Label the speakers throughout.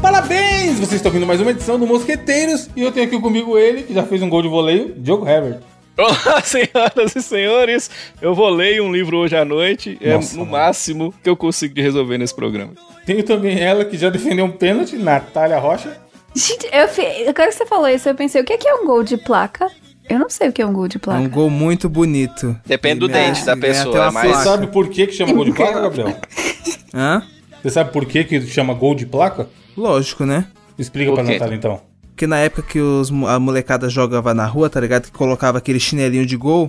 Speaker 1: Parabéns! Vocês estão vindo mais uma edição do Mosqueteiros e eu tenho aqui comigo ele, que já fez um gol de voleio, Diogo Herbert.
Speaker 2: Olá, senhoras e senhores! Eu vou ler um livro hoje à noite, é no máximo que eu consigo de resolver nesse programa.
Speaker 1: Tenho também ela que já defendeu um pênalti, Natália Rocha.
Speaker 3: Gente, eu, fi- agora que você falou isso, eu pensei, o que é, que é um gol de placa? Eu não sei o que é um gol de
Speaker 4: É
Speaker 3: placa.
Speaker 4: um gol muito bonito.
Speaker 5: Depende do
Speaker 4: Ele merece
Speaker 5: dente da
Speaker 4: ganhar
Speaker 2: é
Speaker 5: pessoa,
Speaker 4: até uma
Speaker 5: mas-
Speaker 1: Você
Speaker 4: placa.
Speaker 1: sabe por que, que chama gol de placa, Gabriel?
Speaker 4: Hã?
Speaker 1: Você sabe por que, que chama gol de placa?
Speaker 4: Lógico, né?
Speaker 1: Explica
Speaker 5: Por
Speaker 1: pra
Speaker 5: quê?
Speaker 1: Natália então.
Speaker 4: Porque na época que os, mo- a molecada jogava na rua, tá ligado? Que colocava aquele chinelinho de gol.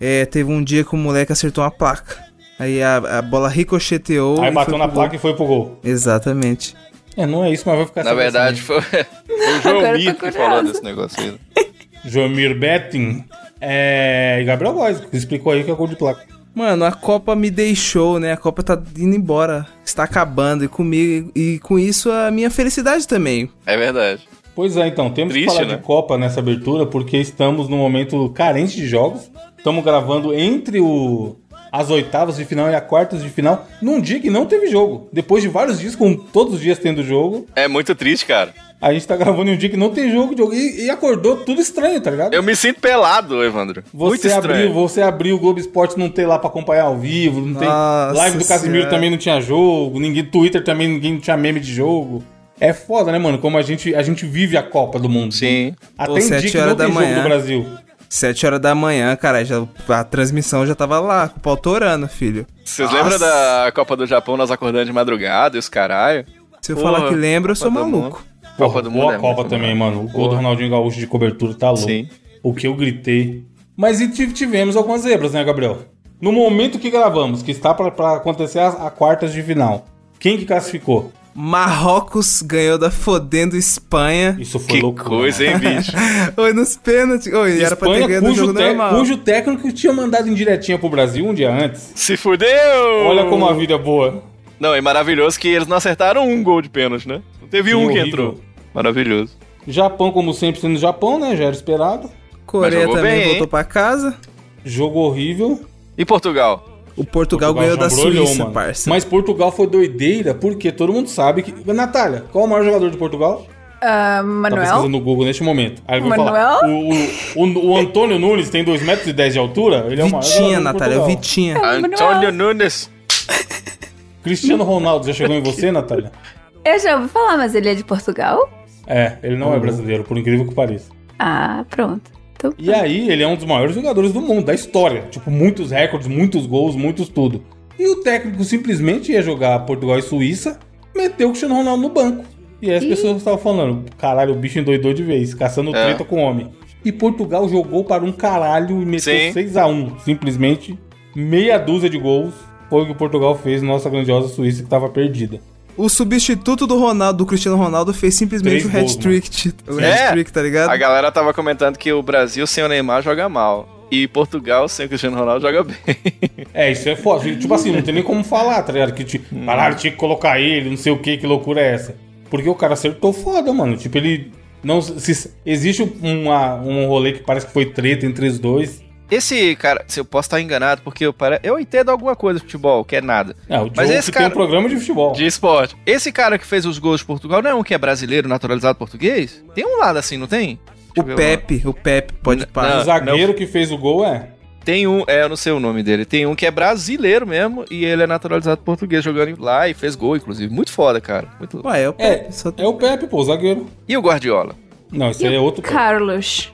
Speaker 4: É, teve um dia que o moleque acertou uma placa. Aí a, a bola ricocheteou.
Speaker 1: Aí
Speaker 4: e
Speaker 1: bateu
Speaker 4: foi
Speaker 1: na
Speaker 4: pro gol.
Speaker 1: placa e foi pro gol.
Speaker 4: Exatamente.
Speaker 1: É, não é isso, mas vai ficar
Speaker 5: Na
Speaker 1: assim.
Speaker 5: verdade, foi, foi o
Speaker 3: Agora
Speaker 5: João
Speaker 3: eu tô
Speaker 5: Mito que
Speaker 3: curiosa.
Speaker 5: falou desse negócio
Speaker 2: né?
Speaker 5: aí.
Speaker 1: Jomir Betting é, e Gabriel Góes, que explicou aí o que é gol de placa.
Speaker 4: Mano, a Copa me deixou, né? A Copa tá indo embora. Está acabando. E comigo. E com isso a minha felicidade também.
Speaker 5: É verdade.
Speaker 1: Pois é, então, temos que
Speaker 2: Triste,
Speaker 1: falar
Speaker 2: né?
Speaker 1: de Copa nessa abertura, porque estamos num momento carente de jogos. Estamos gravando entre o- as oitavas de final e as quartas de final, num dia que não teve jogo. Depois de vários dias, com todos os dias tendo jogo,
Speaker 2: É muito triste, cara.
Speaker 1: a gente tá gravando em um dia que não tem jogo, Diogo, e, e acordou tudo estranho, tá ligado?
Speaker 2: Eu me sinto pelado, Evandro. muito
Speaker 1: Você
Speaker 2: estranho.
Speaker 1: abriu, você abriu o Globo Esporte, não tem lá pra acompanhar ao vivo, não tem
Speaker 4: Nossa
Speaker 1: live do Casimiro
Speaker 4: Senhora.
Speaker 1: também não tinha jogo, ninguém Twitter também ninguém tinha meme de jogo. É foda, né, mano? Como a gente a gente vive a Copa do Mundo.
Speaker 5: Sim.
Speaker 1: Até
Speaker 4: Pô,
Speaker 1: em dia
Speaker 4: sete
Speaker 1: que não
Speaker 4: horas da
Speaker 1: tem jogo
Speaker 4: manhã.
Speaker 1: do Brasil.
Speaker 4: Sete horas da manhã, cara. Já, a transmissão já tava lá, com o pau torando, filho.
Speaker 2: Vocês lembram da Copa do Japão nós acordando de madrugada e os caralho?
Speaker 4: Se eu
Speaker 2: Porra,
Speaker 4: falar que lembro, eu sou
Speaker 2: Copa do
Speaker 4: maluco.
Speaker 5: Copa
Speaker 1: Porra,
Speaker 5: do
Speaker 1: boa
Speaker 5: Mundo é
Speaker 1: Copa
Speaker 5: muito
Speaker 1: também, mano. O gol do
Speaker 5: Porra.
Speaker 1: Ronaldinho Gaúcho de cobertura tá louco.
Speaker 5: Sim.
Speaker 1: O que eu gritei. Mas e tive- tivemos algumas zebras, né, Gabriel? No momento que gravamos, que está pra pra acontecer a, a quartas de final, quem que classificou?
Speaker 4: Marrocos ganhou da fodendo Espanha.
Speaker 1: Isso foi
Speaker 2: Que
Speaker 1: loucura,
Speaker 2: coisa,
Speaker 1: né?
Speaker 2: hein, bicho?
Speaker 4: Oi, nos pênaltis. Oi, era pra ter
Speaker 1: Espanha,
Speaker 4: ganhado o
Speaker 1: cujo,
Speaker 4: jogo
Speaker 1: te-
Speaker 4: normal.
Speaker 1: cujo técnico tinha mandado indiretinha pro Brasil um dia antes.
Speaker 2: Se fudeu!
Speaker 1: Olha como a vida é boa.
Speaker 2: Não, é maravilhoso que eles não acertaram um gol de pênalti, né? Não teve um
Speaker 1: horrível.
Speaker 2: que entrou. Maravilhoso.
Speaker 1: Japão, como sempre, sendo Japão, né? Já era esperado.
Speaker 4: Coreia
Speaker 2: jogou
Speaker 4: também
Speaker 2: bem, hein?
Speaker 4: voltou pra casa.
Speaker 1: Jogo horrível.
Speaker 2: E Portugal?
Speaker 4: O Portugal, ganhou
Speaker 1: já
Speaker 4: da
Speaker 1: embrulhou,
Speaker 4: Suíça,
Speaker 1: mano.
Speaker 4: parça.
Speaker 1: Mas Portugal foi doideira, porque todo mundo sabe que. Natália, qual é o maior jogador de Portugal?
Speaker 3: Ah,
Speaker 1: Tá
Speaker 3: Manuel?
Speaker 1: pesquisando no Google neste momento. Aí eu vou
Speaker 3: Manuel?
Speaker 1: falar. O, o, o, o Antônio Nunes tem 2,10 metros e dez de altura. Ele é o maior
Speaker 4: Vitinha,
Speaker 1: jogador de
Speaker 4: Natália,
Speaker 1: Portugal.
Speaker 4: Vitinha.
Speaker 2: Antônio Nunes.
Speaker 1: Cristiano Ronaldo já chegou em você, Natália?
Speaker 3: Eu já ouvi falar, mas ele é de Portugal?
Speaker 1: É, ele
Speaker 4: Uhum.
Speaker 1: não é brasileiro, por incrível que pareça.
Speaker 3: Ah, pronto. Então,
Speaker 1: E aí, ele é um dos maiores jogadores do mundo, da história. Tipo, muitos recordes, muitos gols, muitos tudo. E o técnico simplesmente ia jogar Portugal e Suíça, meteu o Cristiano Ronaldo no banco. E aí as
Speaker 3: Ih.
Speaker 1: pessoas estavam falando, caralho, o bicho endoidou de vez, caçando
Speaker 2: É.
Speaker 1: treta com homem. E Portugal jogou para um caralho e meteu
Speaker 2: Sim.
Speaker 1: 6x1, simplesmente. Meia dúzia de gols foi o que Portugal fez na nossa grandiosa Suíça que estava perdida.
Speaker 4: O substituto do Ronaldo, do Cristiano Ronaldo, fez simplesmente o
Speaker 1: Três
Speaker 4: um
Speaker 1: gols,
Speaker 4: hat-trick. O
Speaker 2: É.
Speaker 4: hat-trick, tá ligado?
Speaker 2: A galera tava comentando que o Brasil sem o Neymar joga mal. E Portugal sem o Cristiano Ronaldo joga bem.
Speaker 1: É, isso é foda. Tipo assim, não tem nem como falar, tá ligado? Que tipo, caralho, tinha que colocar ele, não sei o que, que loucura é essa. Porque o cara acertou foda, mano. Tipo, ele. Não, se- existe uma, um rolê que parece que foi treta entre os dois.
Speaker 2: Esse cara, se eu posso estar enganado, porque eu, pare... eu entendo alguma coisa de futebol, que é nada.
Speaker 1: É, o
Speaker 2: Mas
Speaker 1: Diogo
Speaker 2: esse
Speaker 1: que
Speaker 2: cara-
Speaker 1: tem um programa de futebol.
Speaker 2: De esporte. Esse cara que fez os gols de Portugal não é um que é brasileiro, naturalizado português? Tem um lado assim, não tem? Deixa eu ver
Speaker 4: O Pepe, o Pepe, pode
Speaker 1: o
Speaker 4: parar.
Speaker 1: zagueiro que fez o gol é.
Speaker 2: Tem um, é, eu não sei o nome dele. Tem um que é brasileiro mesmo e ele é naturalizado português, jogando lá e fez gol, inclusive. Muito foda, cara. Muito louco.
Speaker 4: Ué, é o Pepe.
Speaker 1: É,
Speaker 4: só-
Speaker 1: é o Pepe, pô, o zagueiro.
Speaker 2: E o Guardiola?
Speaker 1: Não, esse
Speaker 3: e
Speaker 1: aí é
Speaker 3: o
Speaker 1: outro. Pepe.
Speaker 3: Carlos.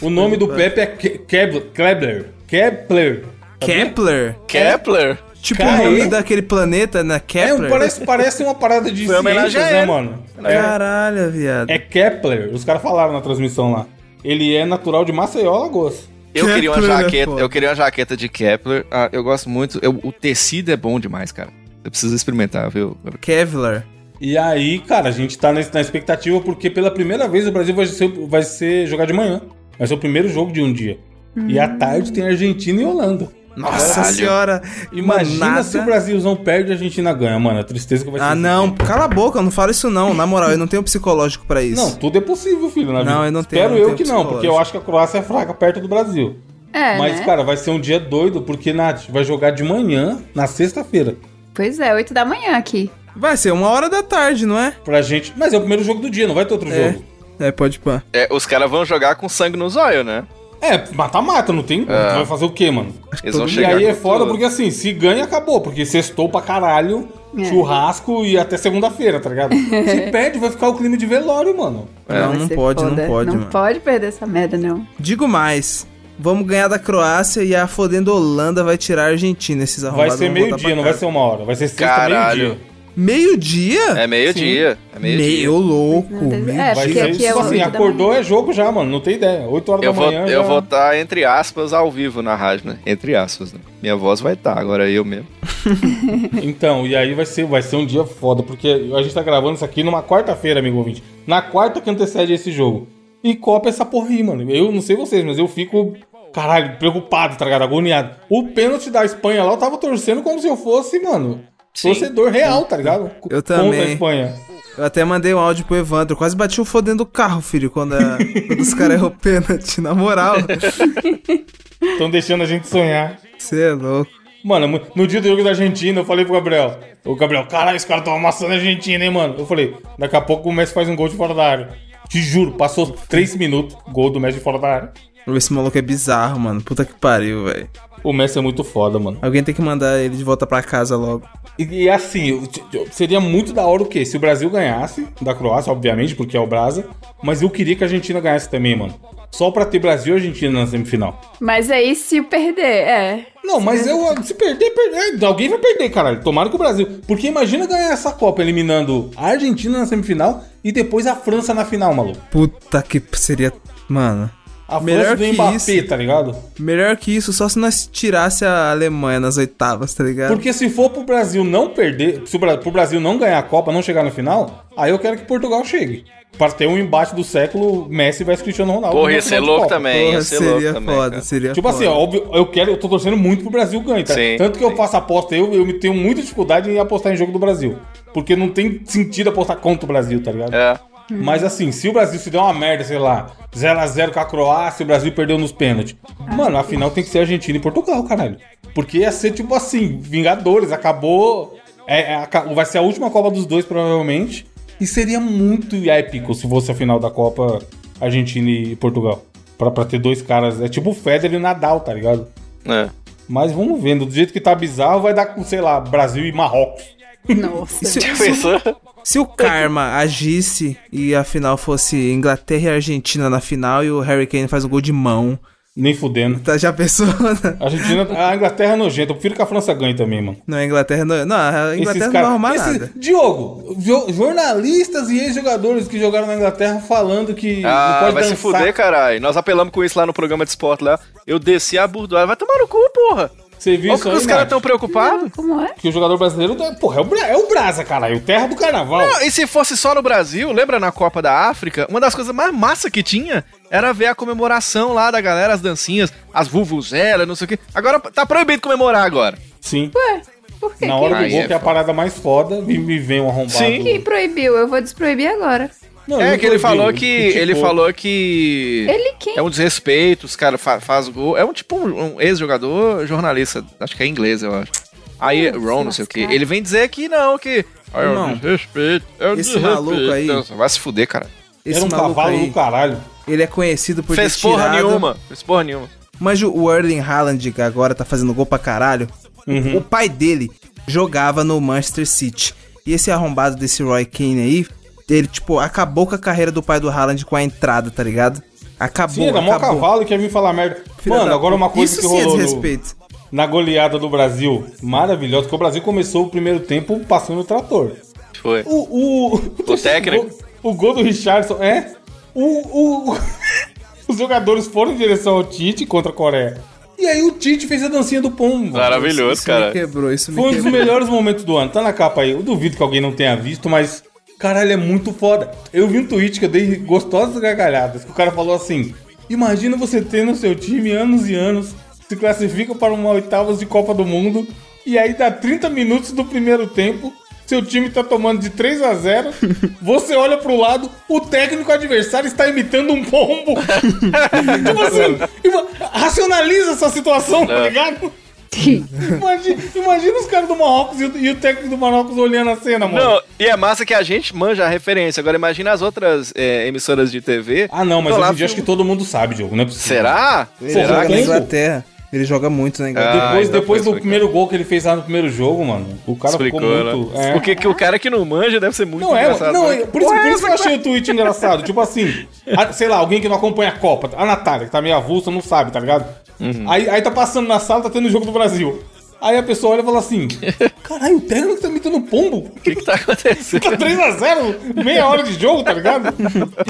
Speaker 1: O nome do Pepe é Ke- Keb- Kebler. Kepler.
Speaker 4: Kepler?
Speaker 2: Kepler?
Speaker 4: Tipo
Speaker 1: Cara,
Speaker 4: o nome
Speaker 1: é-
Speaker 4: daquele planeta, né?
Speaker 1: É,
Speaker 4: Kepler?
Speaker 1: parece, parece uma parada de
Speaker 2: Foi homenagem
Speaker 1: ciências,
Speaker 2: a
Speaker 1: né,
Speaker 2: ele.
Speaker 1: mano? É.
Speaker 4: Caralho, viado.
Speaker 1: É Kepler, os caras falaram na transmissão lá. Ele é natural de Maceió, Lagoas.
Speaker 2: Eu queria uma
Speaker 4: Kepler é
Speaker 2: jaqueta,
Speaker 4: foda.
Speaker 2: eu queria uma jaqueta de Kepler. Ah, eu gosto muito. eu- o tecido é bom demais, cara. Eu preciso experimentar, viu?
Speaker 4: Kevlar.
Speaker 1: E aí, cara, a gente tá nesse- na expectativa porque pela primeira vez o Brasil vai ser, vai ser jogar de manhã. Vai ser o primeiro jogo de um dia. E à tarde tem Argentina e Holanda.
Speaker 4: Nossa
Speaker 2: Caralho.
Speaker 4: senhora.
Speaker 1: Imagina
Speaker 4: Manada.
Speaker 1: se o Brasilzão perde e a Argentina ganha, mano. A tristeza que vai ser.
Speaker 4: Ah, não, cala a boca, eu não falo isso não. Na moral, eu não tenho psicológico pra isso.
Speaker 1: Não, tudo é possível, filho. Na
Speaker 4: Não,
Speaker 1: vida.
Speaker 4: eu não tenho-
Speaker 1: Espero
Speaker 4: não
Speaker 1: eu
Speaker 4: tenho
Speaker 1: que não, porque eu acho que a Croácia é fraca perto do Brasil.
Speaker 3: É,
Speaker 1: Mas,
Speaker 3: né?
Speaker 1: cara, vai ser um dia doido, porque, Nath, vai jogar de manhã, na sexta-feira.
Speaker 3: Pois é, 8 da manhã aqui.
Speaker 4: Vai ser uma hora da tarde, não é?
Speaker 1: Pra gente. Mas é o primeiro jogo do dia, não vai ter outro
Speaker 4: É.
Speaker 1: jogo.
Speaker 4: É, pode pá.
Speaker 2: É, os caras vão jogar com sangue nos olhos, né?
Speaker 1: É, mata-mata, não tem? Vai fazer o quê, mano?
Speaker 2: Eles vão
Speaker 4: Todo-
Speaker 1: E
Speaker 2: chegar.
Speaker 1: aí é
Speaker 2: com
Speaker 1: foda
Speaker 2: tudo.
Speaker 1: porque assim, se ganha, acabou. Porque sextou pra caralho,
Speaker 3: É.
Speaker 1: churrasco e até segunda-feira, tá ligado? se perde, vai ficar o clima de velório, mano.
Speaker 4: não,
Speaker 3: É, Vai
Speaker 4: não
Speaker 3: ser
Speaker 4: pode,
Speaker 3: foda.
Speaker 4: não pode,
Speaker 3: Não
Speaker 4: mano.
Speaker 3: pode perder essa merda, não.
Speaker 4: Digo mais. Vamos ganhar da Croácia e a fodendo Holanda vai tirar a Argentina. Esses
Speaker 1: Vai
Speaker 4: arrombados
Speaker 1: ser
Speaker 4: vão voltar
Speaker 1: meio-dia,
Speaker 4: pra
Speaker 1: não vai
Speaker 4: casa.
Speaker 1: ser um- uma hora. Vai ser sexta,
Speaker 2: Caralho.
Speaker 1: meio-dia.
Speaker 4: Meio-dia?
Speaker 2: É meio-dia. É meio-dia.
Speaker 4: Meio louco.
Speaker 3: Não tem-
Speaker 4: meio-
Speaker 3: É,
Speaker 1: Vai
Speaker 3: porque
Speaker 1: ser,
Speaker 3: aqui é
Speaker 1: tipo assim,
Speaker 3: oito da
Speaker 1: acordou
Speaker 3: manhã.
Speaker 1: é jogo já, mano. Não tem ideia. 8 horas
Speaker 2: Eu
Speaker 1: da
Speaker 2: vou
Speaker 1: manhã.
Speaker 2: estar,
Speaker 1: já...
Speaker 2: eu vou tá, entre aspas, ao vivo na rádio, né? Entre aspas, né? Minha voz vai estar, agora eu mesmo.
Speaker 1: Então, e aí vai ser, vai ser um dia foda, porque a gente tá gravando isso aqui numa quarta-feira, amigo ouvinte. Na quarta que antecede esse jogo. E Copa é essa porra aí, mano. Eu não sei vocês, mas eu fico, caralho, preocupado, tá ligado? Agoniado. O pênalti da Espanha lá, eu tava torcendo como se eu fosse, mano,
Speaker 2: Sim.
Speaker 1: torcedor real, tá ligado? Contra a
Speaker 4: também.
Speaker 1: Espanha.
Speaker 4: Eu até mandei um áudio pro Evandro. Quase bati o fodendo do carro, filho, quando, a- quando os caras erram o pênalti. Na moral.
Speaker 1: Estão deixando a gente sonhar.
Speaker 4: Você é louco.
Speaker 1: Mano, no dia do jogo da Argentina, eu falei pro Gabriel. O Gabriel, caralho, esse cara tá amassando a Argentina, hein, mano? Eu falei, daqui a pouco o Messi faz um gol de fora da área. Te juro, passou 3 minutos, gol do Messi de fora da área.
Speaker 4: Esse maluco é bizarro, mano. Puta que pariu, velho.
Speaker 1: O Messi é muito foda, mano.
Speaker 4: Alguém tem que mandar ele de volta pra casa logo.
Speaker 1: E, e assim, eu- t- t- seria muito da hora o quê? Se o Brasil ganhasse da Croácia, obviamente, porque é o Brasa. Mas eu queria que a Argentina ganhasse também, mano. Só pra ter Brasil e Argentina na semifinal.
Speaker 3: Mas aí se perder, é.
Speaker 1: Não, mas
Speaker 4: né?
Speaker 1: eu. Se perder, perder. Alguém vai perder, caralho. Tomara que o Brasil. Porque imagina ganhar essa Copa eliminando a Argentina na semifinal e depois a França na final, maluco.
Speaker 4: Puta que p- seria. Mano.
Speaker 1: A
Speaker 4: Melhor
Speaker 1: França do
Speaker 4: que
Speaker 1: Mbappé,
Speaker 4: isso.
Speaker 1: tá ligado?
Speaker 4: Melhor que isso, só se nós tirasse a Alemanha nas oitavas, tá ligado?
Speaker 1: Porque se for pro Brasil não perder, se o Bra- pro Brasil não ganhar a Copa, não chegar na final, aí eu quero que Portugal chegue. Pra ter um embate do século, Messi versus Cristiano Ronaldo.
Speaker 2: Porra,
Speaker 1: na
Speaker 2: ia ser
Speaker 1: final de
Speaker 2: louco
Speaker 1: Copa.
Speaker 2: também. ia ser louco
Speaker 4: seria
Speaker 2: também.
Speaker 4: foda,
Speaker 2: cara.
Speaker 4: seria
Speaker 1: Tipo assim,
Speaker 4: foda.
Speaker 1: ó, óbvio, eu quero, eu tô torcendo muito pro Brasil ganhar, tá?
Speaker 2: Sim,
Speaker 1: Tanto que eu
Speaker 2: sim.
Speaker 1: faço aposta, eu, eu me tenho muita dificuldade em apostar em jogo do Brasil. Porque não tem sentido apostar contra o Brasil, tá ligado?
Speaker 2: É.
Speaker 1: Mas assim, se o Brasil se der uma merda, sei lá, 0x0 com a Croácia, o Brasil perdeu nos pênaltis. Mano, a final tem que ser Argentina e Portugal, caralho. Porque ia ser tipo assim, Vingadores, acabou. é, é, aca- vai ser a última Copa dos dois, provavelmente. E seria muito épico se fosse a final da Copa Argentina e Portugal. Pra, pra ter dois caras. É tipo o Federer e o Nadal, tá ligado?
Speaker 2: É.
Speaker 1: Mas vamos vendo. Do jeito que tá bizarro, vai dar com, sei lá, Brasil e Marrocos.
Speaker 3: Nossa.
Speaker 4: Isso- é
Speaker 1: tipo
Speaker 2: Já pensou?
Speaker 4: Se o Karma agisse e a final fosse Inglaterra e Argentina na final e o Harry Kane faz um gol de mão,
Speaker 1: Nem fudendo.
Speaker 4: tá já pensou? né?
Speaker 1: A Argentina. A Inglaterra é nojenta. Eu prefiro que a França ganhe também, mano.
Speaker 4: Não, a Inglaterra não, não, a Inglaterra não vai
Speaker 1: caras-
Speaker 4: arrumar
Speaker 1: esses-
Speaker 4: nada.
Speaker 1: Diogo, jo- jornalistas e ex-jogadores que jogaram na Inglaterra falando que
Speaker 2: Ah,
Speaker 1: não pode
Speaker 2: vai
Speaker 1: dançar.
Speaker 2: se fuder, caralho. Nós apelamos com isso lá no programa de esporte lá. Eu desci a burdoada. Vai tomar no cu, porra.
Speaker 1: Você
Speaker 2: Olha
Speaker 1: viu
Speaker 2: o que
Speaker 1: isso aí,
Speaker 2: os caras
Speaker 1: Nath?
Speaker 2: estão preocupados.
Speaker 3: Como é?
Speaker 1: Que o jogador brasileiro, tá- porra, é o, Bra- é o Brasa, caralho. Terra do carnaval.
Speaker 2: Não, e se fosse só no Brasil, lembra na Copa da África? Uma das coisas mais massa que tinha era ver a comemoração lá da galera, as dancinhas, as vuvuzelas, não sei o quê. Agora tá proibido comemorar agora.
Speaker 1: Sim.
Speaker 3: Ué, por que?
Speaker 1: Na hora
Speaker 2: Aí
Speaker 1: do gol,
Speaker 2: é
Speaker 1: que é a parada mais foda, me, me vem um arrombado.
Speaker 2: Sim.
Speaker 3: Quem proibiu? Eu vou desproibir agora.
Speaker 1: Não, eu
Speaker 2: é,
Speaker 1: não tipo,
Speaker 2: que ele
Speaker 1: proibi,
Speaker 2: falou que. Ele
Speaker 1: criticou.
Speaker 2: falou que.
Speaker 3: Ele quem?
Speaker 2: É um desrespeito, os caras fa faz gol. É um tipo um, um ex-jogador jornalista, acho que é inglês, eu acho. Aí, Ron, não sei o quê.
Speaker 3: lascar.
Speaker 2: Ele vem dizer que não, que. Ah, É
Speaker 4: Irmão,
Speaker 2: um desrespeito. É um
Speaker 4: esse
Speaker 2: desrespeito.
Speaker 4: maluco aí-
Speaker 2: Vai se fuder, cara.
Speaker 4: Esse
Speaker 1: Era um
Speaker 4: maluco
Speaker 1: cavalo
Speaker 4: aí,
Speaker 1: do caralho.
Speaker 4: ele é conhecido por
Speaker 2: Fez
Speaker 4: ter
Speaker 2: porra
Speaker 4: tirado-
Speaker 2: nenhuma. Fez porra nenhuma.
Speaker 4: Mas o Erling Haaland, que agora tá fazendo gol pra caralho, o pai dele jogava no Manchester City. E esse arrombado desse Roy Kane aí, ele, tipo, acabou com a carreira do pai do Haaland com a entrada, tá ligado? Acabou,
Speaker 1: Sim, era mó
Speaker 4: acabou.
Speaker 1: cavalo e quer vir falar merda.
Speaker 4: é Filha
Speaker 1: Mano,
Speaker 4: da
Speaker 1: agora
Speaker 4: puta.
Speaker 1: uma coisa
Speaker 4: Isso
Speaker 1: que
Speaker 4: sim é
Speaker 1: rolou no-
Speaker 4: desrespeito.
Speaker 1: na goleada do Brasil, maravilhosa, porque o Brasil começou o primeiro tempo passando o trator.
Speaker 2: Foi.
Speaker 1: O, o,
Speaker 2: O técnico.
Speaker 1: O, o gol do Richardson é. O, o- os jogadores foram em direção ao Tite contra a Coreia. E aí o Tite fez a dancinha do pombo.
Speaker 2: Maravilhoso,
Speaker 4: isso me
Speaker 2: cara.
Speaker 4: quebrou, isso me
Speaker 1: Foi um dos
Speaker 4: quebrou.
Speaker 1: melhores momentos do ano. Tá na capa aí. Eu duvido que alguém não tenha visto, mas. Caralho, é muito foda. Eu vi um tweet que eu dei gostosas gargalhadas, que o cara falou assim: Imagina você ter no seu time anos e anos, se classifica para uma oitavas de Copa do Mundo, e aí dá 30 minutos do primeiro tempo, seu time tá tomando de 3 a 0 você olha pro lado, o técnico adversário está imitando um
Speaker 2: É.
Speaker 1: pombo. tipo assim, ima- racionaliza essa situação, tá ligado? Imagina, imagina os caras do Marrocos e o, e o técnico do Marrocos olhando a cena, mano.
Speaker 2: Não, e é massa que a gente manja a referência. Agora imagina as outras é, emissoras de TV.
Speaker 1: Ah, não, mas
Speaker 2: Tô
Speaker 1: hoje
Speaker 2: lá,
Speaker 1: em dia acho que todo mundo sabe, Diogo, não é possível.
Speaker 2: Será?
Speaker 4: Ele
Speaker 1: Será
Speaker 4: joga
Speaker 1: que
Speaker 4: na
Speaker 1: é?
Speaker 4: Inglaterra. Ele joga muito na Inglaterra.
Speaker 2: Ah,
Speaker 1: Depois,
Speaker 2: ainda
Speaker 1: depois
Speaker 2: foi,
Speaker 1: do
Speaker 2: foi,
Speaker 1: primeiro gol que ele fez lá no primeiro jogo, mano, o cara ficou muito.
Speaker 2: né?
Speaker 1: é.
Speaker 2: Porque que o cara que não manja deve ser muito
Speaker 1: Não é,
Speaker 2: engraçado.
Speaker 1: não,
Speaker 2: né?
Speaker 1: é- por isso, por isso que eu achei o tweet engraçado. tipo assim, a- sei lá, alguém que não acompanha a Copa, a Natália, que tá meio avulsa, não sabe, tá ligado?
Speaker 2: Uhum.
Speaker 1: Aí, aí tá passando na sala, tá tendo o jogo do Brasil. Aí a pessoa olha e fala assim: caralho, o técnico tá metendo pombo.
Speaker 2: O que, que tá acontecendo?
Speaker 1: Tá 3x0, meia hora de jogo, tá ligado?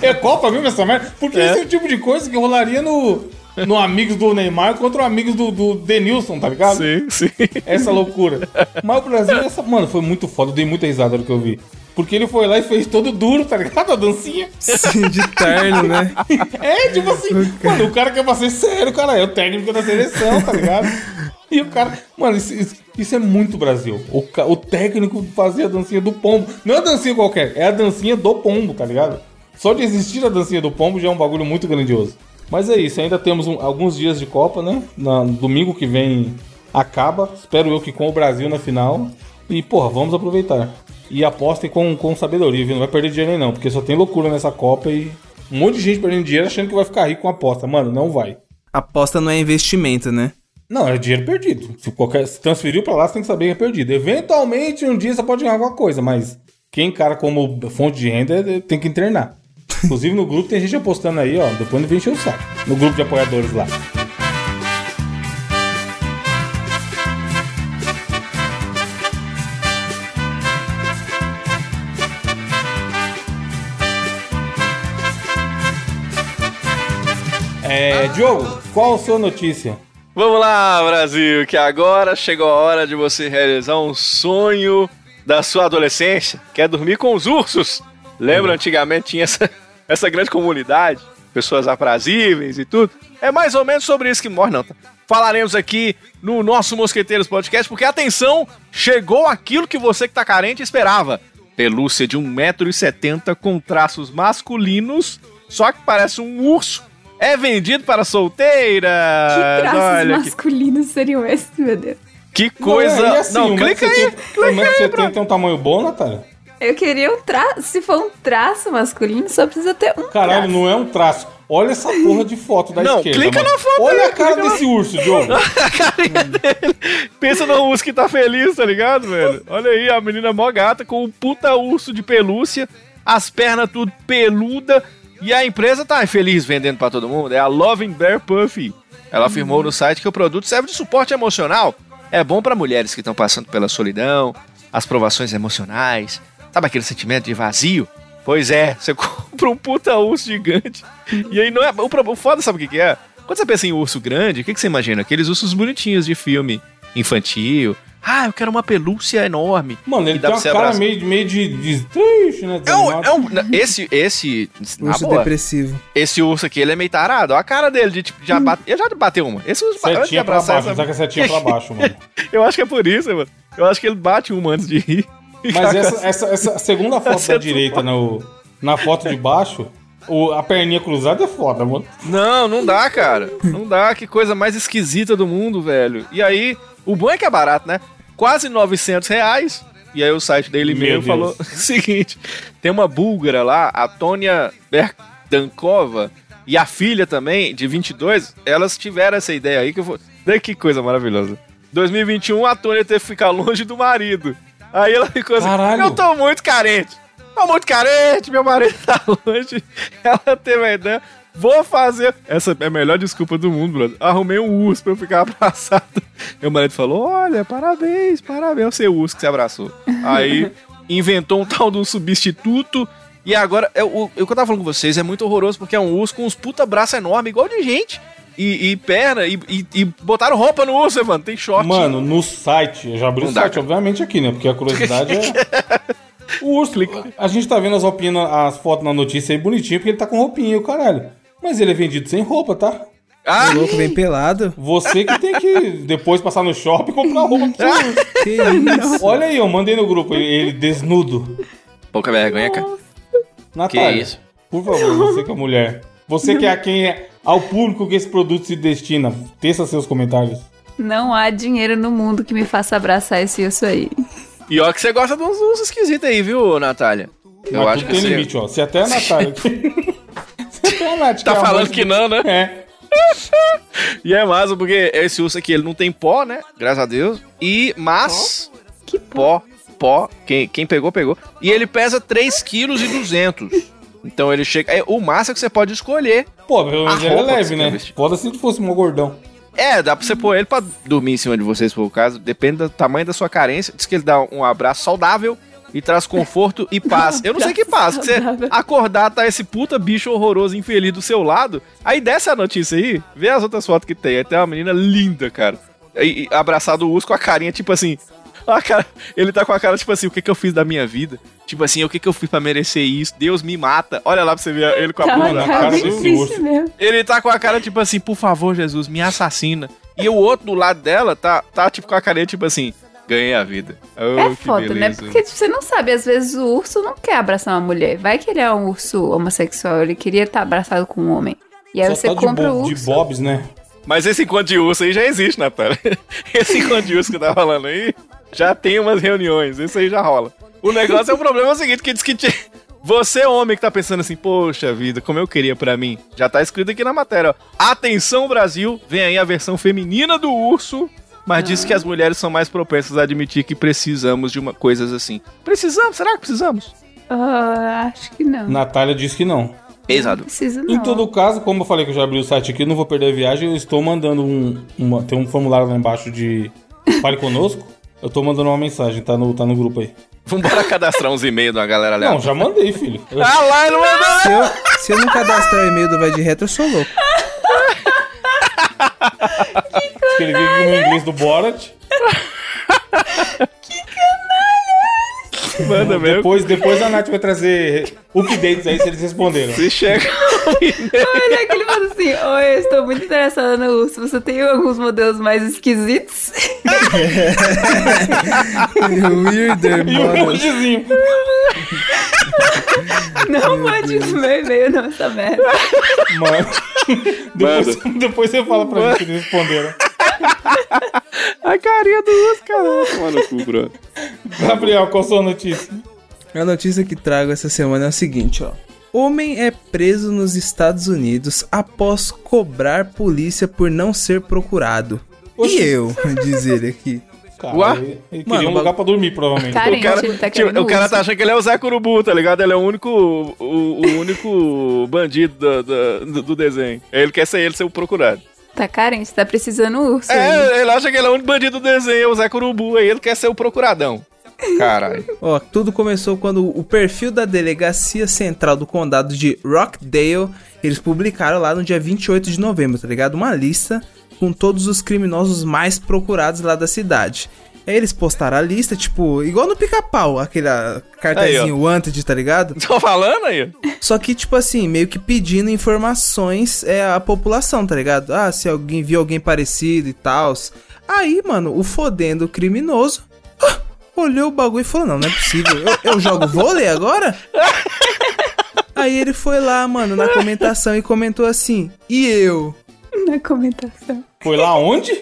Speaker 1: É Copa mesmo essa merda. Porque esse é o tipo de coisa que rolaria no, no Amigos do Neymar contra o Amigos do, do Denilson, tá ligado?
Speaker 2: Sim, sim.
Speaker 1: Essa loucura. Mas o Brasil, essa, mano, foi muito foda. Eu dei muita risada do que eu vi. Porque ele foi lá e fez todo duro, tá ligado? A dancinha.
Speaker 4: Sim, de terno, né?
Speaker 1: É, tipo assim, mano, o cara quer fazer sério, cara. É o técnico da seleção, tá ligado? E o cara. Mano, isso, isso- isso é muito Brasil. O, ca- o técnico fazia a dancinha do pombo. Não é a dancinha qualquer, é a dancinha do pombo, tá ligado? Só de existir a dancinha do pombo já é um bagulho muito grandioso. Mas é isso, ainda temos um- alguns dias de Copa, né? Na, domingo que vem acaba. Espero eu que com o Brasil na final. E, porra, vamos aproveitar. E apostem com, com sabedoria, viu? Não vai perder dinheiro nem não, porque só tem loucura nessa Copa e um monte de gente perdendo dinheiro achando que vai ficar rico com aposta. Mano, não vai.
Speaker 4: Aposta não é investimento, né?
Speaker 1: Não, é dinheiro perdido. Se, qualquer, se transferiu pra lá, você tem que saber que é perdido. Eventualmente, um dia você pode ganhar alguma coisa, mas quem encara como fonte de renda eh, tem que internar. Inclusive no grupo tem gente apostando aí, ó. Depois não vem encher o saco. No grupo de apoiadores lá. É, Diogo, qual a sua notícia?
Speaker 2: Vamos lá, Brasil, que agora chegou a hora de você realizar um sonho da sua adolescência, que é dormir com os ursos. Lembra, antigamente tinha essa, essa grande comunidade, pessoas aprazíveis e tudo. É mais ou menos sobre isso que morre, não. tá? Falaremos aqui no nosso Mosqueteiros Podcast, porque atenção, chegou aquilo que você que tá carente esperava. Pelúcia de 1,70m com traços masculinos, só que parece um urso. É vendido para solteiras.
Speaker 3: Que traços
Speaker 2: Ah, Olha que-
Speaker 3: masculinos seriam esses, meu Deus?
Speaker 2: que coisa!
Speaker 1: Não,
Speaker 2: Não,
Speaker 1: é, e assim, o
Speaker 2: clica aí!
Speaker 1: 1,70 O metro setenta é um tamanho bom, Natália?
Speaker 3: Eu queria um traço. Se for um traço masculino, só precisa ter um.
Speaker 1: Caralho,
Speaker 3: traço.
Speaker 1: não é um traço. Olha essa porra de foto da
Speaker 2: Não,
Speaker 1: esquerda.
Speaker 2: clica
Speaker 1: mano.
Speaker 2: na foto
Speaker 1: Olha
Speaker 2: aí,
Speaker 1: a cara
Speaker 2: clica na-
Speaker 1: desse urso, Diogo.
Speaker 2: Pensa no urso que tá feliz, tá ligado, velho? Olha aí, a menina mó gata com um puta urso de pelúcia, as pernas tudo peluda, e a empresa tá feliz vendendo pra todo mundo. É a Loving Bear Puffy.
Speaker 3: Hum.
Speaker 2: Ela afirmou no site que o produto serve de suporte emocional. É bom pra mulheres que estão passando pela solidão, as provações emocionais, sabe aquele sentimento de vazio? Pois é, você compra um puta urso gigante. E aí não é. O, pro- o foda, sabe o que, que é? Quando você pensa em urso grande, o que, que você imagina? Aqueles ursos bonitinhos de filme infantil. Ah, eu quero uma pelúcia enorme.
Speaker 1: Mano, ele
Speaker 2: E
Speaker 1: tem
Speaker 2: dá pra
Speaker 1: uma
Speaker 2: você
Speaker 1: cara
Speaker 2: abraçar.
Speaker 1: meio, meio de, de triste, né?
Speaker 2: É um,
Speaker 1: desanimado.
Speaker 2: é um, na- esse, esse, na
Speaker 4: Urso
Speaker 2: Ah, boa,
Speaker 4: depressivo.
Speaker 2: esse urso aqui, ele é meio tarado. Olha a cara dele, de, tipo, já bate, eu já bateu uma. Esse urso, antes de
Speaker 1: Setinha pra
Speaker 2: abraçar
Speaker 1: baixo,
Speaker 2: essa-
Speaker 1: saca a setinha pra baixo, mano.
Speaker 2: eu acho que é por isso, mano. Eu acho que ele bate uma antes de rir.
Speaker 1: Mas essa, essa, essa segunda foto
Speaker 2: Essa
Speaker 1: da
Speaker 2: é
Speaker 1: direita no, na foto de baixo, o- a perninha cruzada é foda, mano.
Speaker 2: Não, não dá, cara. Não dá. Que coisa mais esquisita do mundo, velho. E aí, o bom é que é barato, né? Quase 900 reais. E aí o site dele
Speaker 1: Meu
Speaker 2: mesmo falou o seguinte. Tem uma búlgara lá, a Tônia Berdankova, e a filha também, de 22, elas tiveram essa ideia aí que eu vou... Daí que coisa maravilhosa. 2021, a Tônia teve que ficar longe do marido. Aí ela ficou assim,
Speaker 1: Caralho.
Speaker 2: eu tô muito carente. Tô muito carente, meu marido tá longe. Ela teve a ideia. Vou fazer. Essa é a melhor desculpa do mundo, brother. Arrumei um urso pra eu ficar abraçado. Meu marido falou: Olha, parabéns, parabéns. É o seu urso que se abraçou. Aí inventou um tal de um substituto. E agora, é o, o que eu tava falando com vocês é muito horroroso porque é um urso com uns puta braço enorme, igual de gente. E, e perna, e, e- e botaram roupa no urso, mano. Tem short.
Speaker 1: Mano, no site, eu já abri o
Speaker 2: Não dá,
Speaker 1: site, obviamente, aqui, né? Porque a curiosidade é. O urso, a gente tá vendo as roupinhas, na- as fotos na notícia aí bonitinho, porque ele tá com roupinha e o caralho. Mas ele é vendido sem roupa, tá?
Speaker 2: ah,
Speaker 4: O louco vem pelado.
Speaker 1: Você que tem que depois passar no shopping e comprar roupa pro seu urso.
Speaker 4: Que isso?
Speaker 1: Olha aí, eu mandei no grupo ele, ele desnudo.
Speaker 2: pouca vergonha, cara.
Speaker 1: Natália,
Speaker 6: Que isso?
Speaker 1: por favor, você que é mulher. Você que é a quem é ao público que esse produto se destina, teça seus comentários.
Speaker 3: Não há dinheiro no mundo que me faça abraçar esse isso aí.
Speaker 2: E ó, que você gosta de uns, uns esquisitos aí, viu, Natália? Eu
Speaker 1: Mas tudo
Speaker 2: acho que
Speaker 1: tem
Speaker 2: você
Speaker 1: limite, ó. Se até a Natália. Se até a Nath
Speaker 2: tá
Speaker 1: quer
Speaker 2: falando
Speaker 1: arroz-
Speaker 2: que não, né?
Speaker 1: É.
Speaker 2: E é massa, porque esse urso aqui, ele não tem pó, né? Graças a Deus. E, mas,
Speaker 3: Que porra.
Speaker 2: pó, pó, quem, quem pegou, pegou. E ele pesa 3,2 kg. Então ele chega... é, o massa que você pode escolher.
Speaker 1: Pô, pelo menos
Speaker 2: A
Speaker 1: ele é
Speaker 2: roupa que
Speaker 1: leve,
Speaker 2: você
Speaker 1: né?
Speaker 2: quer vestir.
Speaker 1: Foda se ele fosse um gordão.
Speaker 2: É, dá pra você pôr ele pra dormir em cima de você, se for o caso. Depende do tamanho da sua carência. Diz que ele dá um abraço saudável e traz conforto e paz. Eu não sei que paz, que você
Speaker 3: Saudável.
Speaker 2: acordar, tá esse puta bicho horroroso, infeliz do seu lado. Aí desce a notícia aí, vê as outras fotos que tem. Aí tem uma menina linda, cara. E, e abraçado o urso com a carinha, tipo assim. A cara, ele tá com a cara, tipo assim, o que que eu fiz da minha vida? Tipo assim, o que que eu fiz pra merecer isso? Deus me mata. Olha lá pra você ver ele com a
Speaker 3: Tá
Speaker 2: bunda
Speaker 3: uma
Speaker 2: na
Speaker 3: cara
Speaker 1: né? cara
Speaker 3: bem
Speaker 1: desse
Speaker 3: triste
Speaker 1: urso.
Speaker 3: mesmo.
Speaker 2: ele tá com a cara tipo assim, por favor, Jesus, me assassina. E o outro do lado dela tá, tá tipo com a carinha tipo assim, ganhei a vida. Oh,
Speaker 3: É
Speaker 2: que
Speaker 3: foda, né?
Speaker 2: beleza.
Speaker 3: Porque tipo, você não sabe, às vezes o urso não quer abraçar uma mulher. Vai que ele é um urso homossexual, ele queria estar abraçado com um homem. E aí você
Speaker 1: Só tá de,
Speaker 3: compra o
Speaker 1: bo
Speaker 3: urso.
Speaker 1: de bobs, né?
Speaker 2: Mas esse encontro de urso aí já existe, Natália. Esse encontro de urso que tá falando aí, já tem umas reuniões, isso aí já rola. O negócio é o problema é o seguinte, que diz que te- você, homem, que tá pensando assim, poxa vida, como eu queria pra mim. Já tá escrito aqui na matéria, ó. Atenção Brasil, vem aí a versão feminina do urso, mas diz que as mulheres são mais propensas a admitir que precisamos de uma coisas assim. Precisamos? Será que precisamos?
Speaker 3: Ah, acho que não. Não
Speaker 1: Natália disse que não.
Speaker 2: Exato.
Speaker 3: precisa não.
Speaker 1: Em todo caso, como eu falei que eu já abri o site aqui, eu não vou perder a viagem, eu estou mandando um. uma- tem um formulário lá embaixo de Fale Conosco. Eu tô mandando uma mensagem, tá no, tá no grupo aí.
Speaker 2: Vambora cadastrar uns e-mails de uma galera
Speaker 1: Não,
Speaker 2: aleatória.
Speaker 1: já mandei, filho. Eu-
Speaker 2: Ah lá, ele mandou!
Speaker 4: Se eu, se eu não cadastrar o e-mail do Vai de Reto, eu sou louco.
Speaker 1: Escrevi aqui no inglês do Borat.
Speaker 2: Manda mesmo.
Speaker 1: Depois, depois a Nath vai trazer o que deles aí se eles responderam.
Speaker 2: Se chega.
Speaker 3: Mas é que ele fala assim: Oi, eu estou muito interessada no urso. Você tem alguns modelos mais esquisitos?
Speaker 4: Weirder,
Speaker 1: E o
Speaker 4: mano.
Speaker 1: nudezinho.
Speaker 3: Não mande no meu e-mail, não, essa merda.
Speaker 1: Mano. Depois, depois você fala pra mim se eles responderam.
Speaker 2: A carinha do urso, cara. Toma no cu, bro.
Speaker 1: Gabriel, qual sua notícia?
Speaker 4: A notícia que trago essa semana é o seguinte, ó. Homem é preso nos Estados Unidos após cobrar polícia por não ser procurado.
Speaker 1: Oxi.
Speaker 4: E eu, diz ele aqui.
Speaker 1: Cara,
Speaker 2: Uá?
Speaker 1: ele ele
Speaker 4: Mano,
Speaker 1: queria um lugar pra dormir, provavelmente.
Speaker 3: Cara,
Speaker 2: O cara,
Speaker 3: Gente, ele tá
Speaker 2: tipo,
Speaker 3: querendo
Speaker 2: o cara
Speaker 3: urso.
Speaker 2: tá achando que ele é o Zé Curubu, tá ligado? Ele é o único, o, o único bandido da- da- do, do desenho. Ele quer ser ele ser o procurado.
Speaker 3: Tá carente, tá precisando do urso. ainda.
Speaker 2: É, ele acha que ele é o único bandido do desenho, é o Zé Curubu, aí ele quer ser o procuradão. Caralho.
Speaker 4: Ó, tudo começou quando o perfil da delegacia central do condado de Rockdale, eles publicaram lá no dia 28 de novembro, tá ligado? Uma lista com todos os criminosos mais procurados lá da cidade. Aí eles postaram a lista, tipo, igual no pica-pau, aquele ah, cartazinho Wanted, tá ligado?
Speaker 2: Tô falando aí?
Speaker 4: Só que, tipo assim, meio que pedindo informações é, à população, tá ligado? Ah, se alguém viu alguém parecido e tal. Aí, mano, o fodendo criminoso ah, olhou o bagulho e falou: Não, não é possível. Eu, eu jogo vôlei agora? Aí ele foi lá, mano, na comentação e comentou assim: E eu?
Speaker 3: Na comentação.
Speaker 1: Foi lá onde?